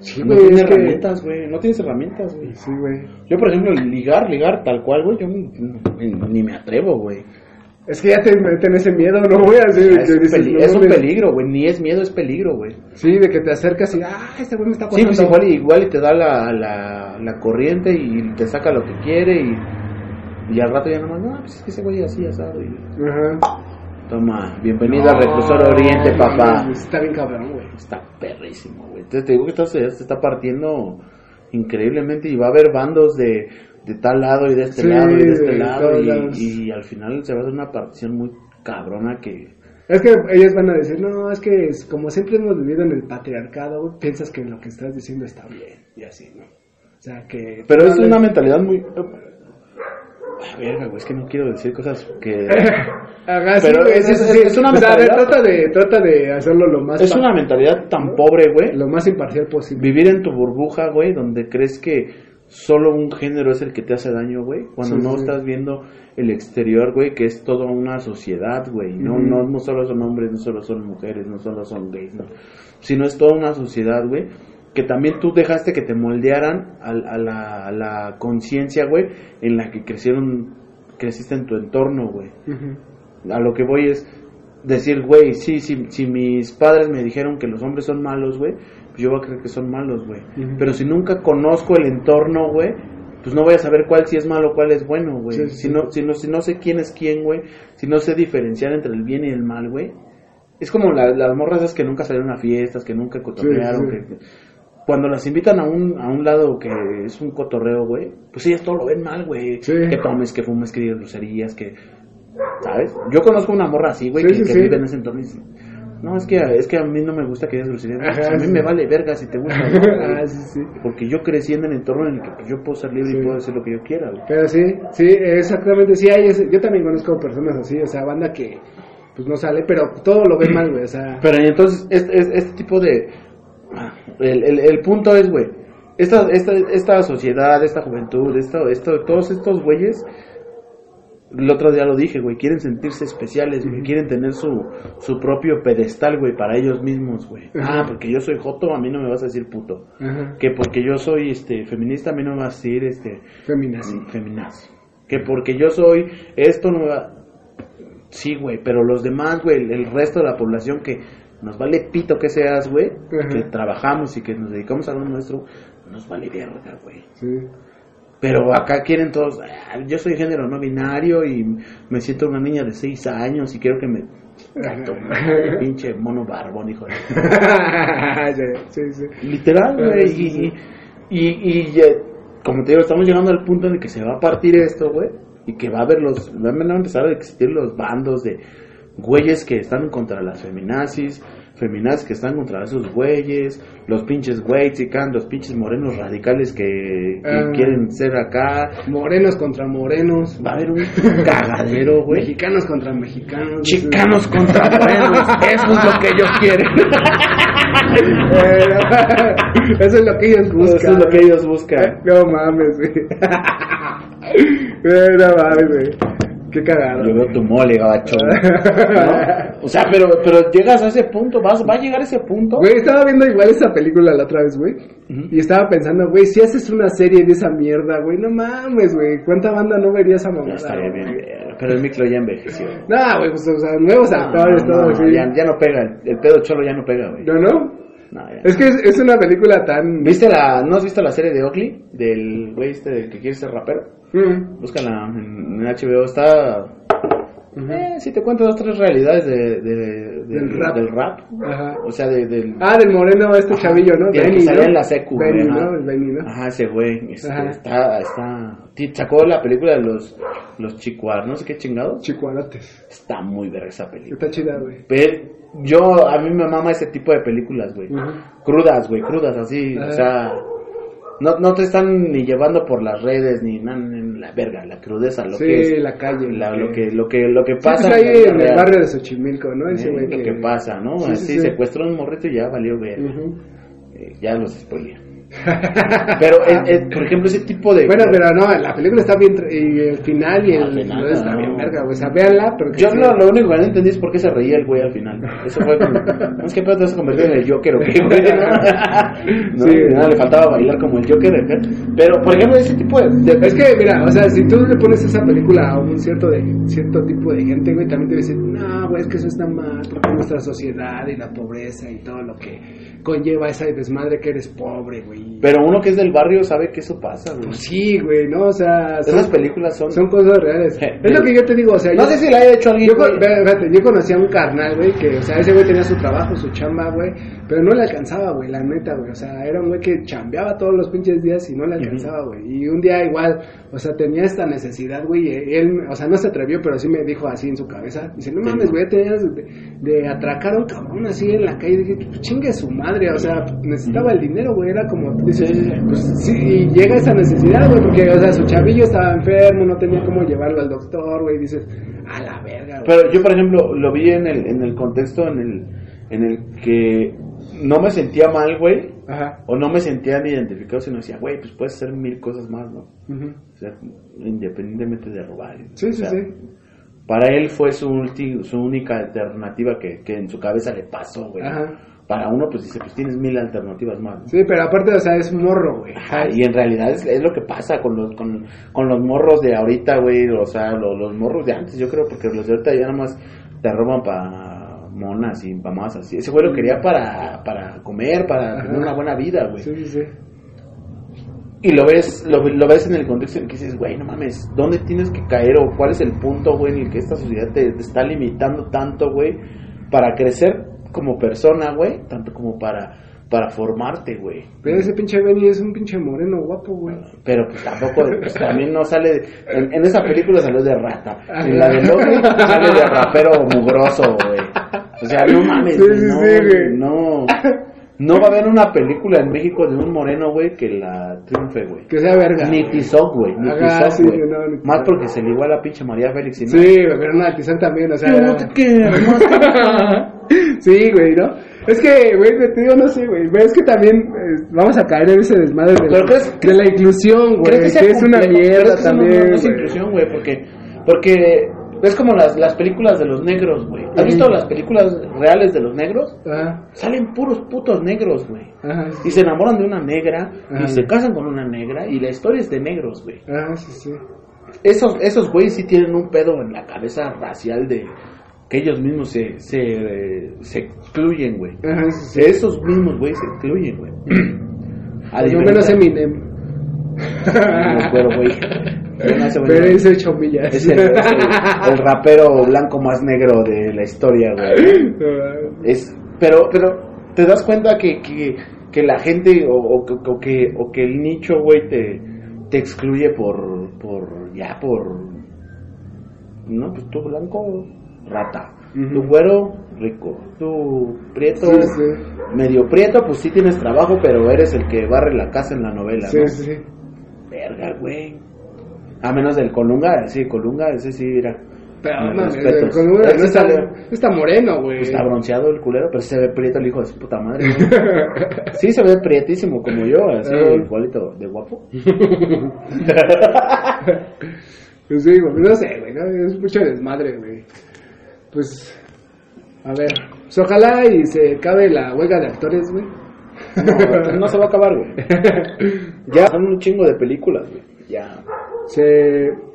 Speaker 3: Sí,
Speaker 4: no
Speaker 3: güey,
Speaker 4: tiene
Speaker 3: es que-
Speaker 4: herramientas, güey. No tienes herramientas, güey.
Speaker 3: Sí, güey.
Speaker 4: Yo, por ejemplo, ligar, ligar, tal cual, güey, yo ni, ni me atrevo, güey.
Speaker 3: Es que ya te meten ese miedo, no voy a decir.
Speaker 4: Ah, Es,
Speaker 3: que
Speaker 4: un
Speaker 3: dices,
Speaker 4: peli-
Speaker 3: no,
Speaker 4: es un
Speaker 3: güey.
Speaker 4: peligro, güey. Ni es miedo, es peligro, güey.
Speaker 3: Sí, de que te acercas y, ah, este güey me está
Speaker 4: Sí,
Speaker 3: acosando.
Speaker 4: pues igual, y- igual y te da la, la, la corriente y te saca lo que quiere y, y al rato ya nomás, no, pues es que ese güey así asado y...
Speaker 3: Ajá.
Speaker 4: Toma, bienvenido al reclusor oriente,
Speaker 3: No,
Speaker 4: papá.
Speaker 3: mames, Está bien cabrón, güey.
Speaker 4: Está perrísimo, güey. Te, te digo que esta sociedad se está partiendo increíblemente y va a haber bandos de, de tal lado y de este
Speaker 3: Sí,
Speaker 4: lado y de este
Speaker 3: de
Speaker 4: lado
Speaker 3: todos
Speaker 4: y,
Speaker 3: lados.
Speaker 4: y al final se va a hacer una partición muy cabrona que...
Speaker 3: Es que ellos van a decir, no, es que es- como siempre hemos vivido en el patriarcado, güey, piensas que lo que estás diciendo está bien y así, ¿no? O sea, que...
Speaker 4: Pero es
Speaker 3: no,
Speaker 4: una mentalidad muy... Ah, Verga, güey, es que no quiero decir cosas que...
Speaker 3: Ajá, sí,
Speaker 4: Pero
Speaker 3: güey,
Speaker 4: es-
Speaker 3: sí,
Speaker 4: es-
Speaker 3: sí, sí.
Speaker 4: es una
Speaker 3: O sea, a ver,
Speaker 4: mentalidad.
Speaker 3: trata de, trata de hacerlo lo más...
Speaker 4: Es
Speaker 3: pa-
Speaker 4: una mentalidad tan pobre, güey.
Speaker 3: Lo más imparcial posible.
Speaker 4: Vivir en tu burbuja, güey, donde crees que solo un género es el que te hace daño, güey. Cuando
Speaker 3: Sí,
Speaker 4: no
Speaker 3: sí.
Speaker 4: estás viendo el exterior, güey, que es toda una sociedad, güey. No,
Speaker 3: Ujú.
Speaker 4: no, no solo son hombres, no solo son mujeres, no solo son gays, no. Sino es toda una sociedad, güey. Que también tú dejaste que te moldearan a, a la, a la conciencia, güey, en la que crecieron, creciste en tu entorno, güey
Speaker 3: Ujú.
Speaker 4: a lo que voy es decir, güey, sí, sí, si mis padres me dijeron que los hombres son malos, güey, pues yo voy a creer que son malos, güey.
Speaker 3: Ujú.
Speaker 4: Pero si nunca conozco el entorno, güey, pues no voy a saber cuál sí es malo, cuál es bueno, güey.
Speaker 3: Sí, sí,
Speaker 4: si,
Speaker 3: sí.
Speaker 4: No, si, no, si no sé quién es quién, güey, si no sé diferenciar entre el bien y el mal, güey. Es como la- las morras esas que nunca salieron a fiestas, que nunca cotorrearon,
Speaker 3: Sí, sí.
Speaker 4: que- cuando las invitan a un, a un lado que es un cotorreo, güey, pues ellas todo lo ven mal, güey.
Speaker 3: Sí.
Speaker 4: Que tomes, que fumes, que digas groserías, que ¿Sabes? Yo conozco una morra así, güey,
Speaker 3: Sí,
Speaker 4: que,
Speaker 3: sí,
Speaker 4: que
Speaker 3: sí.
Speaker 4: vive en ese entorno y dice, no, es que, es que a mí no me gusta que digas groserías.
Speaker 3: Ajá,
Speaker 4: Pues, a mí
Speaker 3: sí.
Speaker 4: me vale verga si te gusta, ¿no, güey?
Speaker 3: ah, sí, sí.
Speaker 4: Porque yo crecí en el entorno en el que pues, yo puedo ser libre
Speaker 3: Sí.
Speaker 4: y puedo hacer lo que yo quiera, güey.
Speaker 3: Pero sí, sí, exactamente, sí hay ese- yo también conozco personas así, o sea, banda que pues no sale, pero todo lo ve mal, güey, o sea,
Speaker 4: Pero entonces, este, este- este tipo de... El, el- el punto es, güey, esta, esta, esta sociedad, esta juventud, esto, esto, todos estos güeyes, el otro día lo dije, güey, quieren sentirse especiales, güey, quieren tener su, su propio pedestal, güey, para ellos mismos, güey.
Speaker 3: Ajá.
Speaker 4: Ah, porque yo soy joto, a mí no me vas a decir puto.
Speaker 3: ajá,
Speaker 4: Que porque yo soy este feminista, a mí no me vas a decir este
Speaker 3: feminazi.
Speaker 4: feminazi. Que porque yo soy esto, no me va... Sí, güey, pero los demás, güey, el, el resto de la población que nos vale pito que seas, güey,
Speaker 3: Ajá.
Speaker 4: que trabajamos y que nos dedicamos a lo nuestro, nos vale verga, güey.
Speaker 3: Sí.
Speaker 4: Pero acá quieren todos, "Ah, yo soy género no binario y me siento una niña de 6 años y quiero que me... Ay, tu madre, pinche mono barbón, hijo de...
Speaker 3: sí, sí.
Speaker 4: Literal,
Speaker 3: Ajá,
Speaker 4: güey.
Speaker 3: sí,
Speaker 4: Y,
Speaker 3: sí.
Speaker 4: y, y- y, eh, como te digo, estamos llegando al punto en el que se va a partir esto, güey. Y que va a haber los. Van a empezar a existir los bandos de güeyes que están contra las feminazis. Feminazis que están contra esos güeyes. Los pinches güeyes y can, los pinches morenos radicales que, que
Speaker 3: Ah.
Speaker 4: quieren ser acá.
Speaker 3: Morenos contra morenos,
Speaker 4: Va a haber un cagadero, güey.
Speaker 3: mexicanos contra mexicanos.
Speaker 4: Chicanos contra morenos. Eso es lo que ellos quieren.
Speaker 3: Bueno, eso es lo que ellos buscan.
Speaker 4: Eso es lo que ellos buscan.
Speaker 3: No mames, güey. Eh, no mames, güey. Qué cagado.
Speaker 4: Yo veo tu mole, gabacho. ¿no? O sea, pero, pero llegas a ese punto, vas, va a llegar a ese punto.
Speaker 3: Güey, estaba viendo igual esa película la otra vez, güey.
Speaker 4: Ujú.
Speaker 3: Y estaba pensando, güey, si haces una serie de esa mierda, güey, no mames, güey. ¿Cuánta banda no vería esa
Speaker 4: Ya
Speaker 3: mamada?
Speaker 4: estaría
Speaker 3: güey?
Speaker 4: bien, verga, pero el micro ya envejeció.
Speaker 3: No, güey, pues, o sea, nuevos actores,
Speaker 4: No,
Speaker 3: todo
Speaker 4: no,
Speaker 3: así.
Speaker 4: ya, ya no pega, el- el pedo cholo ya no pega, güey.
Speaker 3: ¿No, no?
Speaker 4: No, ya.
Speaker 3: Es que es, es una película tan...
Speaker 4: ¿Viste la, ¿No has visto la serie de Oakley? Del güey este del que quiere ser rapero.
Speaker 3: Mm.
Speaker 4: Búscala en, en HBO, está... Eh, si te cuento dos, tres realidades de, de- de-
Speaker 3: Del rap. Ajá.
Speaker 4: O sea, de, del...
Speaker 3: Ah, del moreno este chavillo, ¿no?
Speaker 4: Del que
Speaker 3: Benny,
Speaker 4: salía
Speaker 3: ¿no?
Speaker 4: en la secu, güey,
Speaker 3: Benny,
Speaker 4: ajá.
Speaker 3: ¿no? El Benny, ¿no?
Speaker 4: Ajá, ese güey. este,
Speaker 3: Ajá.
Speaker 4: Está, está. ti- Sacó la película de los, los chicuar, no sé qué chingados.
Speaker 3: Chicuarotes.
Speaker 4: Está muy verga esa película.
Speaker 3: Está chida, güey.
Speaker 4: Pero yo, a mí me mama ese tipo de películas, güey.
Speaker 3: Ajá.
Speaker 4: Crudas, güey, crudas, así.
Speaker 3: Ajá.
Speaker 4: O sea, no, no te están ni llevando por las redes, ni nada, ni la verga, la crudeza, lo
Speaker 3: Sí,
Speaker 4: que es.
Speaker 3: la calle.
Speaker 4: la-
Speaker 3: güey.
Speaker 4: lo, que, lo, que, lo que
Speaker 3: Sí, pues
Speaker 4: pasa.
Speaker 3: ahí
Speaker 4: la vida
Speaker 3: en el
Speaker 4: real,
Speaker 3: barrio de Xochimilco, ¿no?
Speaker 4: eh,
Speaker 3: Ese güey
Speaker 4: Lo que pasa, ¿no?
Speaker 3: Sí, sí,
Speaker 4: así
Speaker 3: sí.
Speaker 4: secuestró a un morrito y ya valió, güey.
Speaker 3: Ujú.
Speaker 4: Eh, ya los spoilé. Pero, es- es, por ejemplo, ese tipo de...
Speaker 3: Bueno, pero no, la película está bien, tr- y el final y el
Speaker 4: Al Ah, final,
Speaker 3: no, está
Speaker 4: no.
Speaker 3: bien verga, güey. O sea, véanla, pero que
Speaker 4: Yo
Speaker 3: sí.
Speaker 4: lo, lo único que no entendí es por qué se reía el güey al final. Eso fue como... ¿no es que pedo te vas a convertir en el Joker o qué, güey? No,
Speaker 3: Sí.
Speaker 4: No, le faltaba bailar como el Joker. ¿eh? Pero, por ejemplo, ese tipo de... de-
Speaker 3: Es que, mira, o sea, si tú le pones esa película a un cierto de cierto tipo de gente, güey, también te va a decir, no, güey, es que eso está mal, porque nuestra sociedad y la pobreza y todo lo que conlleva esa desmadre que eres pobre, güey.
Speaker 4: Pero uno que es del barrio sabe que eso pasa, güey.
Speaker 3: Pues sí, güey, ¿no? O sea, son,
Speaker 4: Esas películas son...
Speaker 3: son cosas reales.
Speaker 4: Sí.
Speaker 3: Es lo que yo te digo, o sea,
Speaker 4: No
Speaker 3: yo-
Speaker 4: sé si la haya hecho alguien...
Speaker 3: Yo, con-
Speaker 4: güey.
Speaker 3: ve- fíjate, yo conocí a un carnal, güey, que, o sea, ese güey tenía su trabajo, su chamba, güey, pero no le alcanzaba, güey, la neta, güey. O sea, era un güey que chambeaba todos los pinches días y no le alcanzaba, güey. Y un día igual, o sea, tenía esta necesidad, güey, y él, o sea, no se atrevió, pero sí me dijo así en su cabeza. Dice, no mames, güey, tenías de, de atracar a un cabrón así en la calle. Dije, "Pues, chingue su madre, o sea, necesitaba el dinero, güey, era como, dices, pues sí, y llega esa necesidad, güey, porque, o sea, su chavillo estaba enfermo, no tenía cómo llevarlo al doctor, güey, dices, a la verga, güey.
Speaker 4: Pero yo, por ejemplo, lo vi en el, en el contexto en el, en el que no me sentía mal, güey,
Speaker 3: Ajá.
Speaker 4: o no me sentía ni identificado, sino decía, güey, pues puedes hacer mil cosas más, ¿no? O sea, independientemente de robar.
Speaker 3: Sí,
Speaker 4: O
Speaker 3: sí,
Speaker 4: sea,
Speaker 3: sí.
Speaker 4: Para él fue su, ulti- su única alternativa que, que en su cabeza le pasó, güey.
Speaker 3: Ajá.
Speaker 4: Para uno, pues dice, pues tienes mil alternativas más, ¿no?
Speaker 3: Sí, pero aparte, o sea, es morro, güey.
Speaker 4: Ajá, y en realidad es, es lo que pasa con los, con, con los morros de ahorita, güey. O sea, lo- los, morros de antes, yo creo, porque los de ahorita ya nada más te roban para monas y para más así. Ese güey lo quería para, para comer, para
Speaker 3: Ajá.
Speaker 4: tener una buena vida, güey.
Speaker 3: Sí, sí, sí.
Speaker 4: Y lo ves, lo, lo ves en el contexto en que dices, güey, no mames, ¿dónde tienes que caer o cuál es el punto, güey, en el que esta sociedad te, te está limitando tanto, güey, para crecer como persona, güey, tanto como para, para formarte, güey?
Speaker 3: Pero ese pinche Benny es un pinche moreno guapo, güey.
Speaker 4: Pero pues tampoco, pues, también no sale. de- En, en esa película salió de rata. En la de Loki sale de rapero mugroso, güey. O sea, no mames,
Speaker 3: Sí,
Speaker 4: güey,
Speaker 3: sí,
Speaker 4: no,
Speaker 3: sí, güey.
Speaker 4: no. No va a haber una película en México de un moreno, güey, que la triunfe, güey.
Speaker 3: Que sea verga.
Speaker 4: Ni
Speaker 3: güey.
Speaker 4: Tizoc, güey. Ni
Speaker 3: Ajá,
Speaker 4: Tizoc,
Speaker 3: sí,
Speaker 4: güey.
Speaker 3: no, ni
Speaker 4: Más
Speaker 3: Tizoc.
Speaker 4: porque se le iguala a pinche María Félix. Y no.
Speaker 3: Sí, güey, pero no, quizás también, o sea.
Speaker 4: Pero no te quedas, no te
Speaker 3: sí, güey, ¿no? Es que, güey, güey, te digo, no sé, güey. güey, Es que también eh, vamos a caer en ese desmadre de,
Speaker 4: Pero crees-
Speaker 3: de la inclusión, güey.
Speaker 4: Creo
Speaker 3: Que,
Speaker 4: sea
Speaker 3: es una
Speaker 4: complejo,
Speaker 3: mierda
Speaker 4: creo que eso no- no-
Speaker 3: también.
Speaker 4: No, es
Speaker 3: güey.
Speaker 4: inclusión, güey, porque, porque es como las, las películas de los negros, güey. ¿Has
Speaker 3: Ujú.
Speaker 4: visto las películas reales de los negros?
Speaker 3: Ajá,
Speaker 4: Salen puros putos negros, güey.
Speaker 3: ajá.
Speaker 4: Y se enamoran de una negra,
Speaker 3: Ajá.
Speaker 4: y se casan con una negra, y la historia es de negros, güey.
Speaker 3: Ajá, sí, sí.
Speaker 4: Esos, esos güeyes sí tienen un pedo en la cabeza racial de que ellos mismos se, se, eh, se excluyen, güey.
Speaker 3: Ajá, sí, sí.
Speaker 4: Esos mismos güeyes se excluyen, güey. A
Speaker 3: Por
Speaker 4: diferencia-
Speaker 3: lo menos Eminem.
Speaker 4: No, pero, güey. yo no sé, güey.
Speaker 3: Pero es hecho millas.
Speaker 4: Es el, es el- el rapero blanco más negro de la historia, güey. Es, pero, pero te das cuenta que, que, que la gente o, o que- o que, o que el nicho, güey, te, te excluye por, por, ya, por, no, pues tú blanco, rata.
Speaker 3: Ujú.
Speaker 4: Tu güero, rico. Tu prieto,
Speaker 3: Sí, sí.
Speaker 4: medio prieto, pues sí tienes trabajo, pero eres el que barre la casa en la novela,
Speaker 3: Sí,
Speaker 4: ¿no?
Speaker 3: sí, sí.
Speaker 4: Verga, güey. A menos del Colunga, sí, Colunga, ese sí, mira.
Speaker 3: Pero
Speaker 4: Mis
Speaker 3: no,
Speaker 4: respetos.
Speaker 3: con una-
Speaker 4: Ese
Speaker 3: no está,
Speaker 4: sale-
Speaker 3: no está moreno, güey.
Speaker 4: Pues Está bronceado el culero, pero se ve prieto el hijo de su puta madre. ¿no? Sí, se ve prietísimo como yo, así,
Speaker 3: Ah.
Speaker 4: igualito de guapo.
Speaker 3: Pues sí, güey, no sé, güey, ¿no? es mucho desmadre, güey. Pues, a ver, pues ojalá y se acabe la huelga de actores, güey.
Speaker 4: No, güey, no se va a acabar, güey. Ya son un chingo de películas, güey. Ya.
Speaker 3: Se,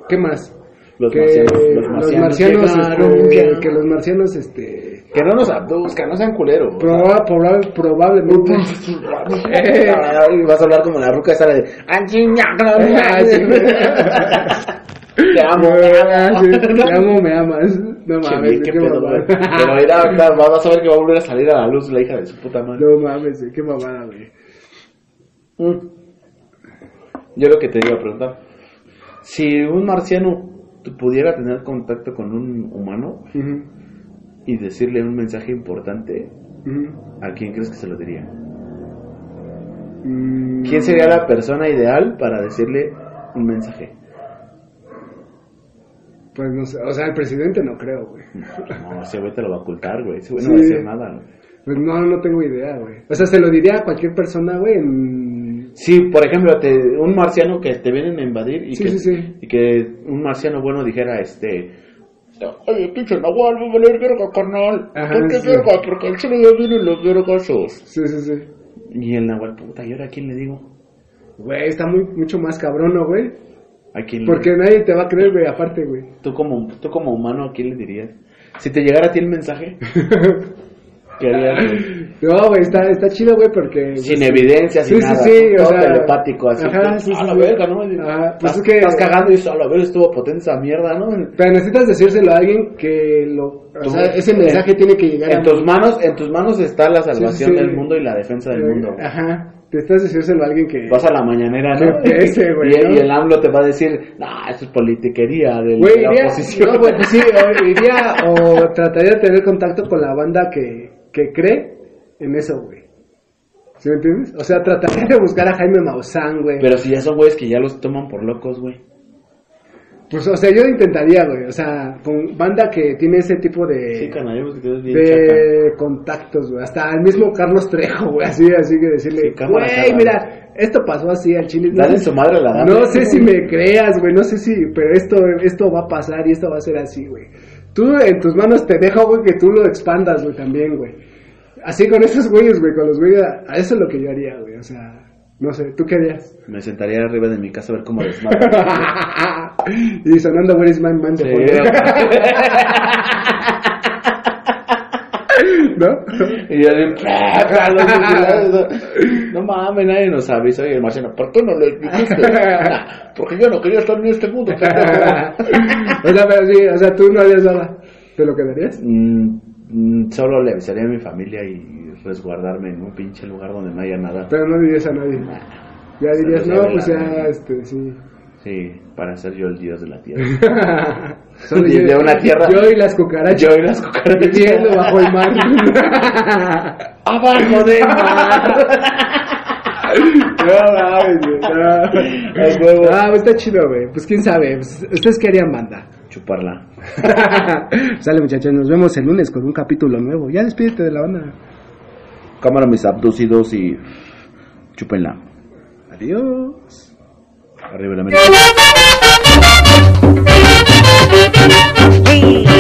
Speaker 3: ¿Qué más?
Speaker 4: Los
Speaker 3: que
Speaker 4: marcianos, los marcianos llegaron,
Speaker 3: este,
Speaker 4: ya.
Speaker 3: que los marcianos, este,
Speaker 4: Que no nos abduzcan, no sean culeros. o sea.
Speaker 3: proba- proba- probablemente...
Speaker 4: Eh, Ay, vas a hablar como la ruca esa de "Ah, chinga, no, no,
Speaker 3: Ah, sí. Ah,
Speaker 4: Te amo, te amo.
Speaker 3: Sí, te amo, me amas. No
Speaker 4: Che,
Speaker 3: mames,
Speaker 4: güey, qué
Speaker 3: qué
Speaker 4: pedo,
Speaker 3: mamada.
Speaker 4: güey. Pero mira, ahorita va- vas a ver que va a volver a salir a la luz la hija de su puta madre.
Speaker 3: No mames, güey, qué mamada, güey.
Speaker 4: Mm. Yo lo que te iba a preguntar. Si un marciano t- pudiera tener contacto con un humano
Speaker 3: Ujú,
Speaker 4: y decirle un mensaje importante,
Speaker 3: ujú.
Speaker 4: ¿a quién crees que se lo diría?
Speaker 3: Mm,
Speaker 4: ¿Quién sería la persona ideal para decirle un mensaje?
Speaker 3: Pues no sé, o sea, el presidente no creo, güey.
Speaker 4: No, ese güey te lo va a ocultar, güey. Ese güey no
Speaker 3: Sí.
Speaker 4: va a decir nada. güey.
Speaker 3: Pues no, no tengo idea, güey. O sea, se lo diría a cualquier persona, güey, en
Speaker 4: Sí, por ejemplo, te- un marciano que te vienen a invadir y,
Speaker 3: Sí,
Speaker 4: que,
Speaker 3: sí, sí.
Speaker 4: y que un marciano bueno dijera, este... Oye, pinche Nahual, va a valer verga, carnal.
Speaker 3: Ajá,
Speaker 4: ¿Por qué
Speaker 3: sí.
Speaker 4: verga? Porque al chile ya vienen los vergazos.
Speaker 3: Sí, sí, sí.
Speaker 4: Y el Nahual, puta, ¿y ahora a quién le digo?
Speaker 3: Güey, está muy, mucho más cabrón, ¿no, güey?
Speaker 4: ¿A quién le
Speaker 3: Porque nadie te va a creer, güey, aparte, güey.
Speaker 4: Tú como, tú como humano, ¿a quién le dirías? Si te llegara a ti el mensaje, ¿qué harías? güey?
Speaker 3: No, güey, está, está chido, güey, porque... pues,
Speaker 4: Sin evidencia,
Speaker 3: Sí,
Speaker 4: sin
Speaker 3: sí,
Speaker 4: nada.
Speaker 3: sí, o
Speaker 4: todo
Speaker 3: sea,
Speaker 4: telepático, así.
Speaker 3: ajá,
Speaker 4: tú,
Speaker 3: sí,
Speaker 4: a
Speaker 3: sí,
Speaker 4: la
Speaker 3: sí.
Speaker 4: verga, ¿no?
Speaker 3: Ajá, pues
Speaker 4: estás,
Speaker 3: es que-
Speaker 4: estás cagando y dices, a la verga, estuvo potente esa mierda, ¿no?
Speaker 3: Pero necesitas decírselo a alguien que lo... O
Speaker 4: Tú-
Speaker 3: sea, ese mensaje
Speaker 4: en-
Speaker 3: tiene que llegar
Speaker 4: En
Speaker 3: a...
Speaker 4: tus manos, en tus manos está la salvación
Speaker 3: Sí, sí, sí.
Speaker 4: del mundo y la defensa del mundo. güey.
Speaker 3: Ajá. Te estás decírselo a alguien que...
Speaker 4: Vas a la mañanera, ¿no?
Speaker 3: Que pese, güey,
Speaker 4: y,
Speaker 3: ¿no?
Speaker 4: y el AMLO te va a decir, nah, eso es politiquería del-
Speaker 3: Güey,
Speaker 4: de la
Speaker 3: iría,
Speaker 4: oposición.
Speaker 3: no, güey, pues sí, o iría o trataría de tener contacto con la banda que, que cree en eso, güey. ¿Sí me entiendes? O sea, trataría de buscar a Jaime Maussan, güey.
Speaker 4: Pero si ya son güeyes que ya los toman por locos, güey.
Speaker 3: Pues, o sea, yo intentaría, güey. O sea, con banda que tiene ese tipo de,
Speaker 4: Sí, carnal, yo creo que tú eres bien chaca.
Speaker 3: Eh, de contactos, güey. Hasta el mismo Carlos Trejo, güey. Así, así que
Speaker 4: Sí,
Speaker 3: decirle,
Speaker 4: cámara,
Speaker 3: güey,
Speaker 4: cámara".
Speaker 3: mira, esto pasó así al chile.
Speaker 4: Dale en su madre a la dama.
Speaker 3: No sé si me creas, güey, no sé si, pero esto, esto va a pasar y esto va a ser así, güey. Tú en tus manos te dejo, güey, que tú lo expandas, güey, también, güey. Así con esos güeyes, güey, con los güeyes, a a eso es lo que yo haría, güey, o sea, no sé, ¿tú qué harías?
Speaker 4: Me sentaría arriba de mi casa a ver cómo desmadran.
Speaker 3: y sonando Where is my man de
Speaker 4: Sí,
Speaker 3: fondo, ¿no?
Speaker 4: y yo de-
Speaker 3: "Ah,
Speaker 4: No mames, nadie nos avisó. Y el marciano, ¿por qué no lo dijiste? "Nah, porque yo no quería estar en este mundo. pendejo".
Speaker 3: o sea, pero sí, o sea, tú no harías nada. ¿Te lo quedarías?
Speaker 4: Mm, mm, solo le avisaría a mi familia y resguardarme en un pinche lugar donde no haya nada.
Speaker 3: Pero no dirías a nadie. Ya
Speaker 4: Se
Speaker 3: dirías,
Speaker 4: lo
Speaker 3: no,
Speaker 4: sabe
Speaker 3: pues
Speaker 4: la
Speaker 3: ya,
Speaker 4: madre".
Speaker 3: este, sí.
Speaker 4: Sí, para ser yo el dios de la tierra.
Speaker 3: Solo
Speaker 4: Y de
Speaker 3: yo-
Speaker 4: una tierra-
Speaker 3: Yo y las cucarachas.
Speaker 4: Yo y las cucarachas.
Speaker 3: Viviendo bajo el mar.
Speaker 4: ¡Abajo de mar!
Speaker 3: no, mames, güey, no.
Speaker 4: Ay, huevo.
Speaker 3: Ah, pues está chido, güey. Pues quién sabe. Pues, Ustedes qué harían, banda.
Speaker 4: Chuparla.
Speaker 3: Sale, muchachos. Nos vemos el lunes con un capítulo nuevo. Ya despídete de la banda.
Speaker 4: Cámara mis abducidos y chúpenla.
Speaker 3: Adiós.
Speaker 4: Arriba la América.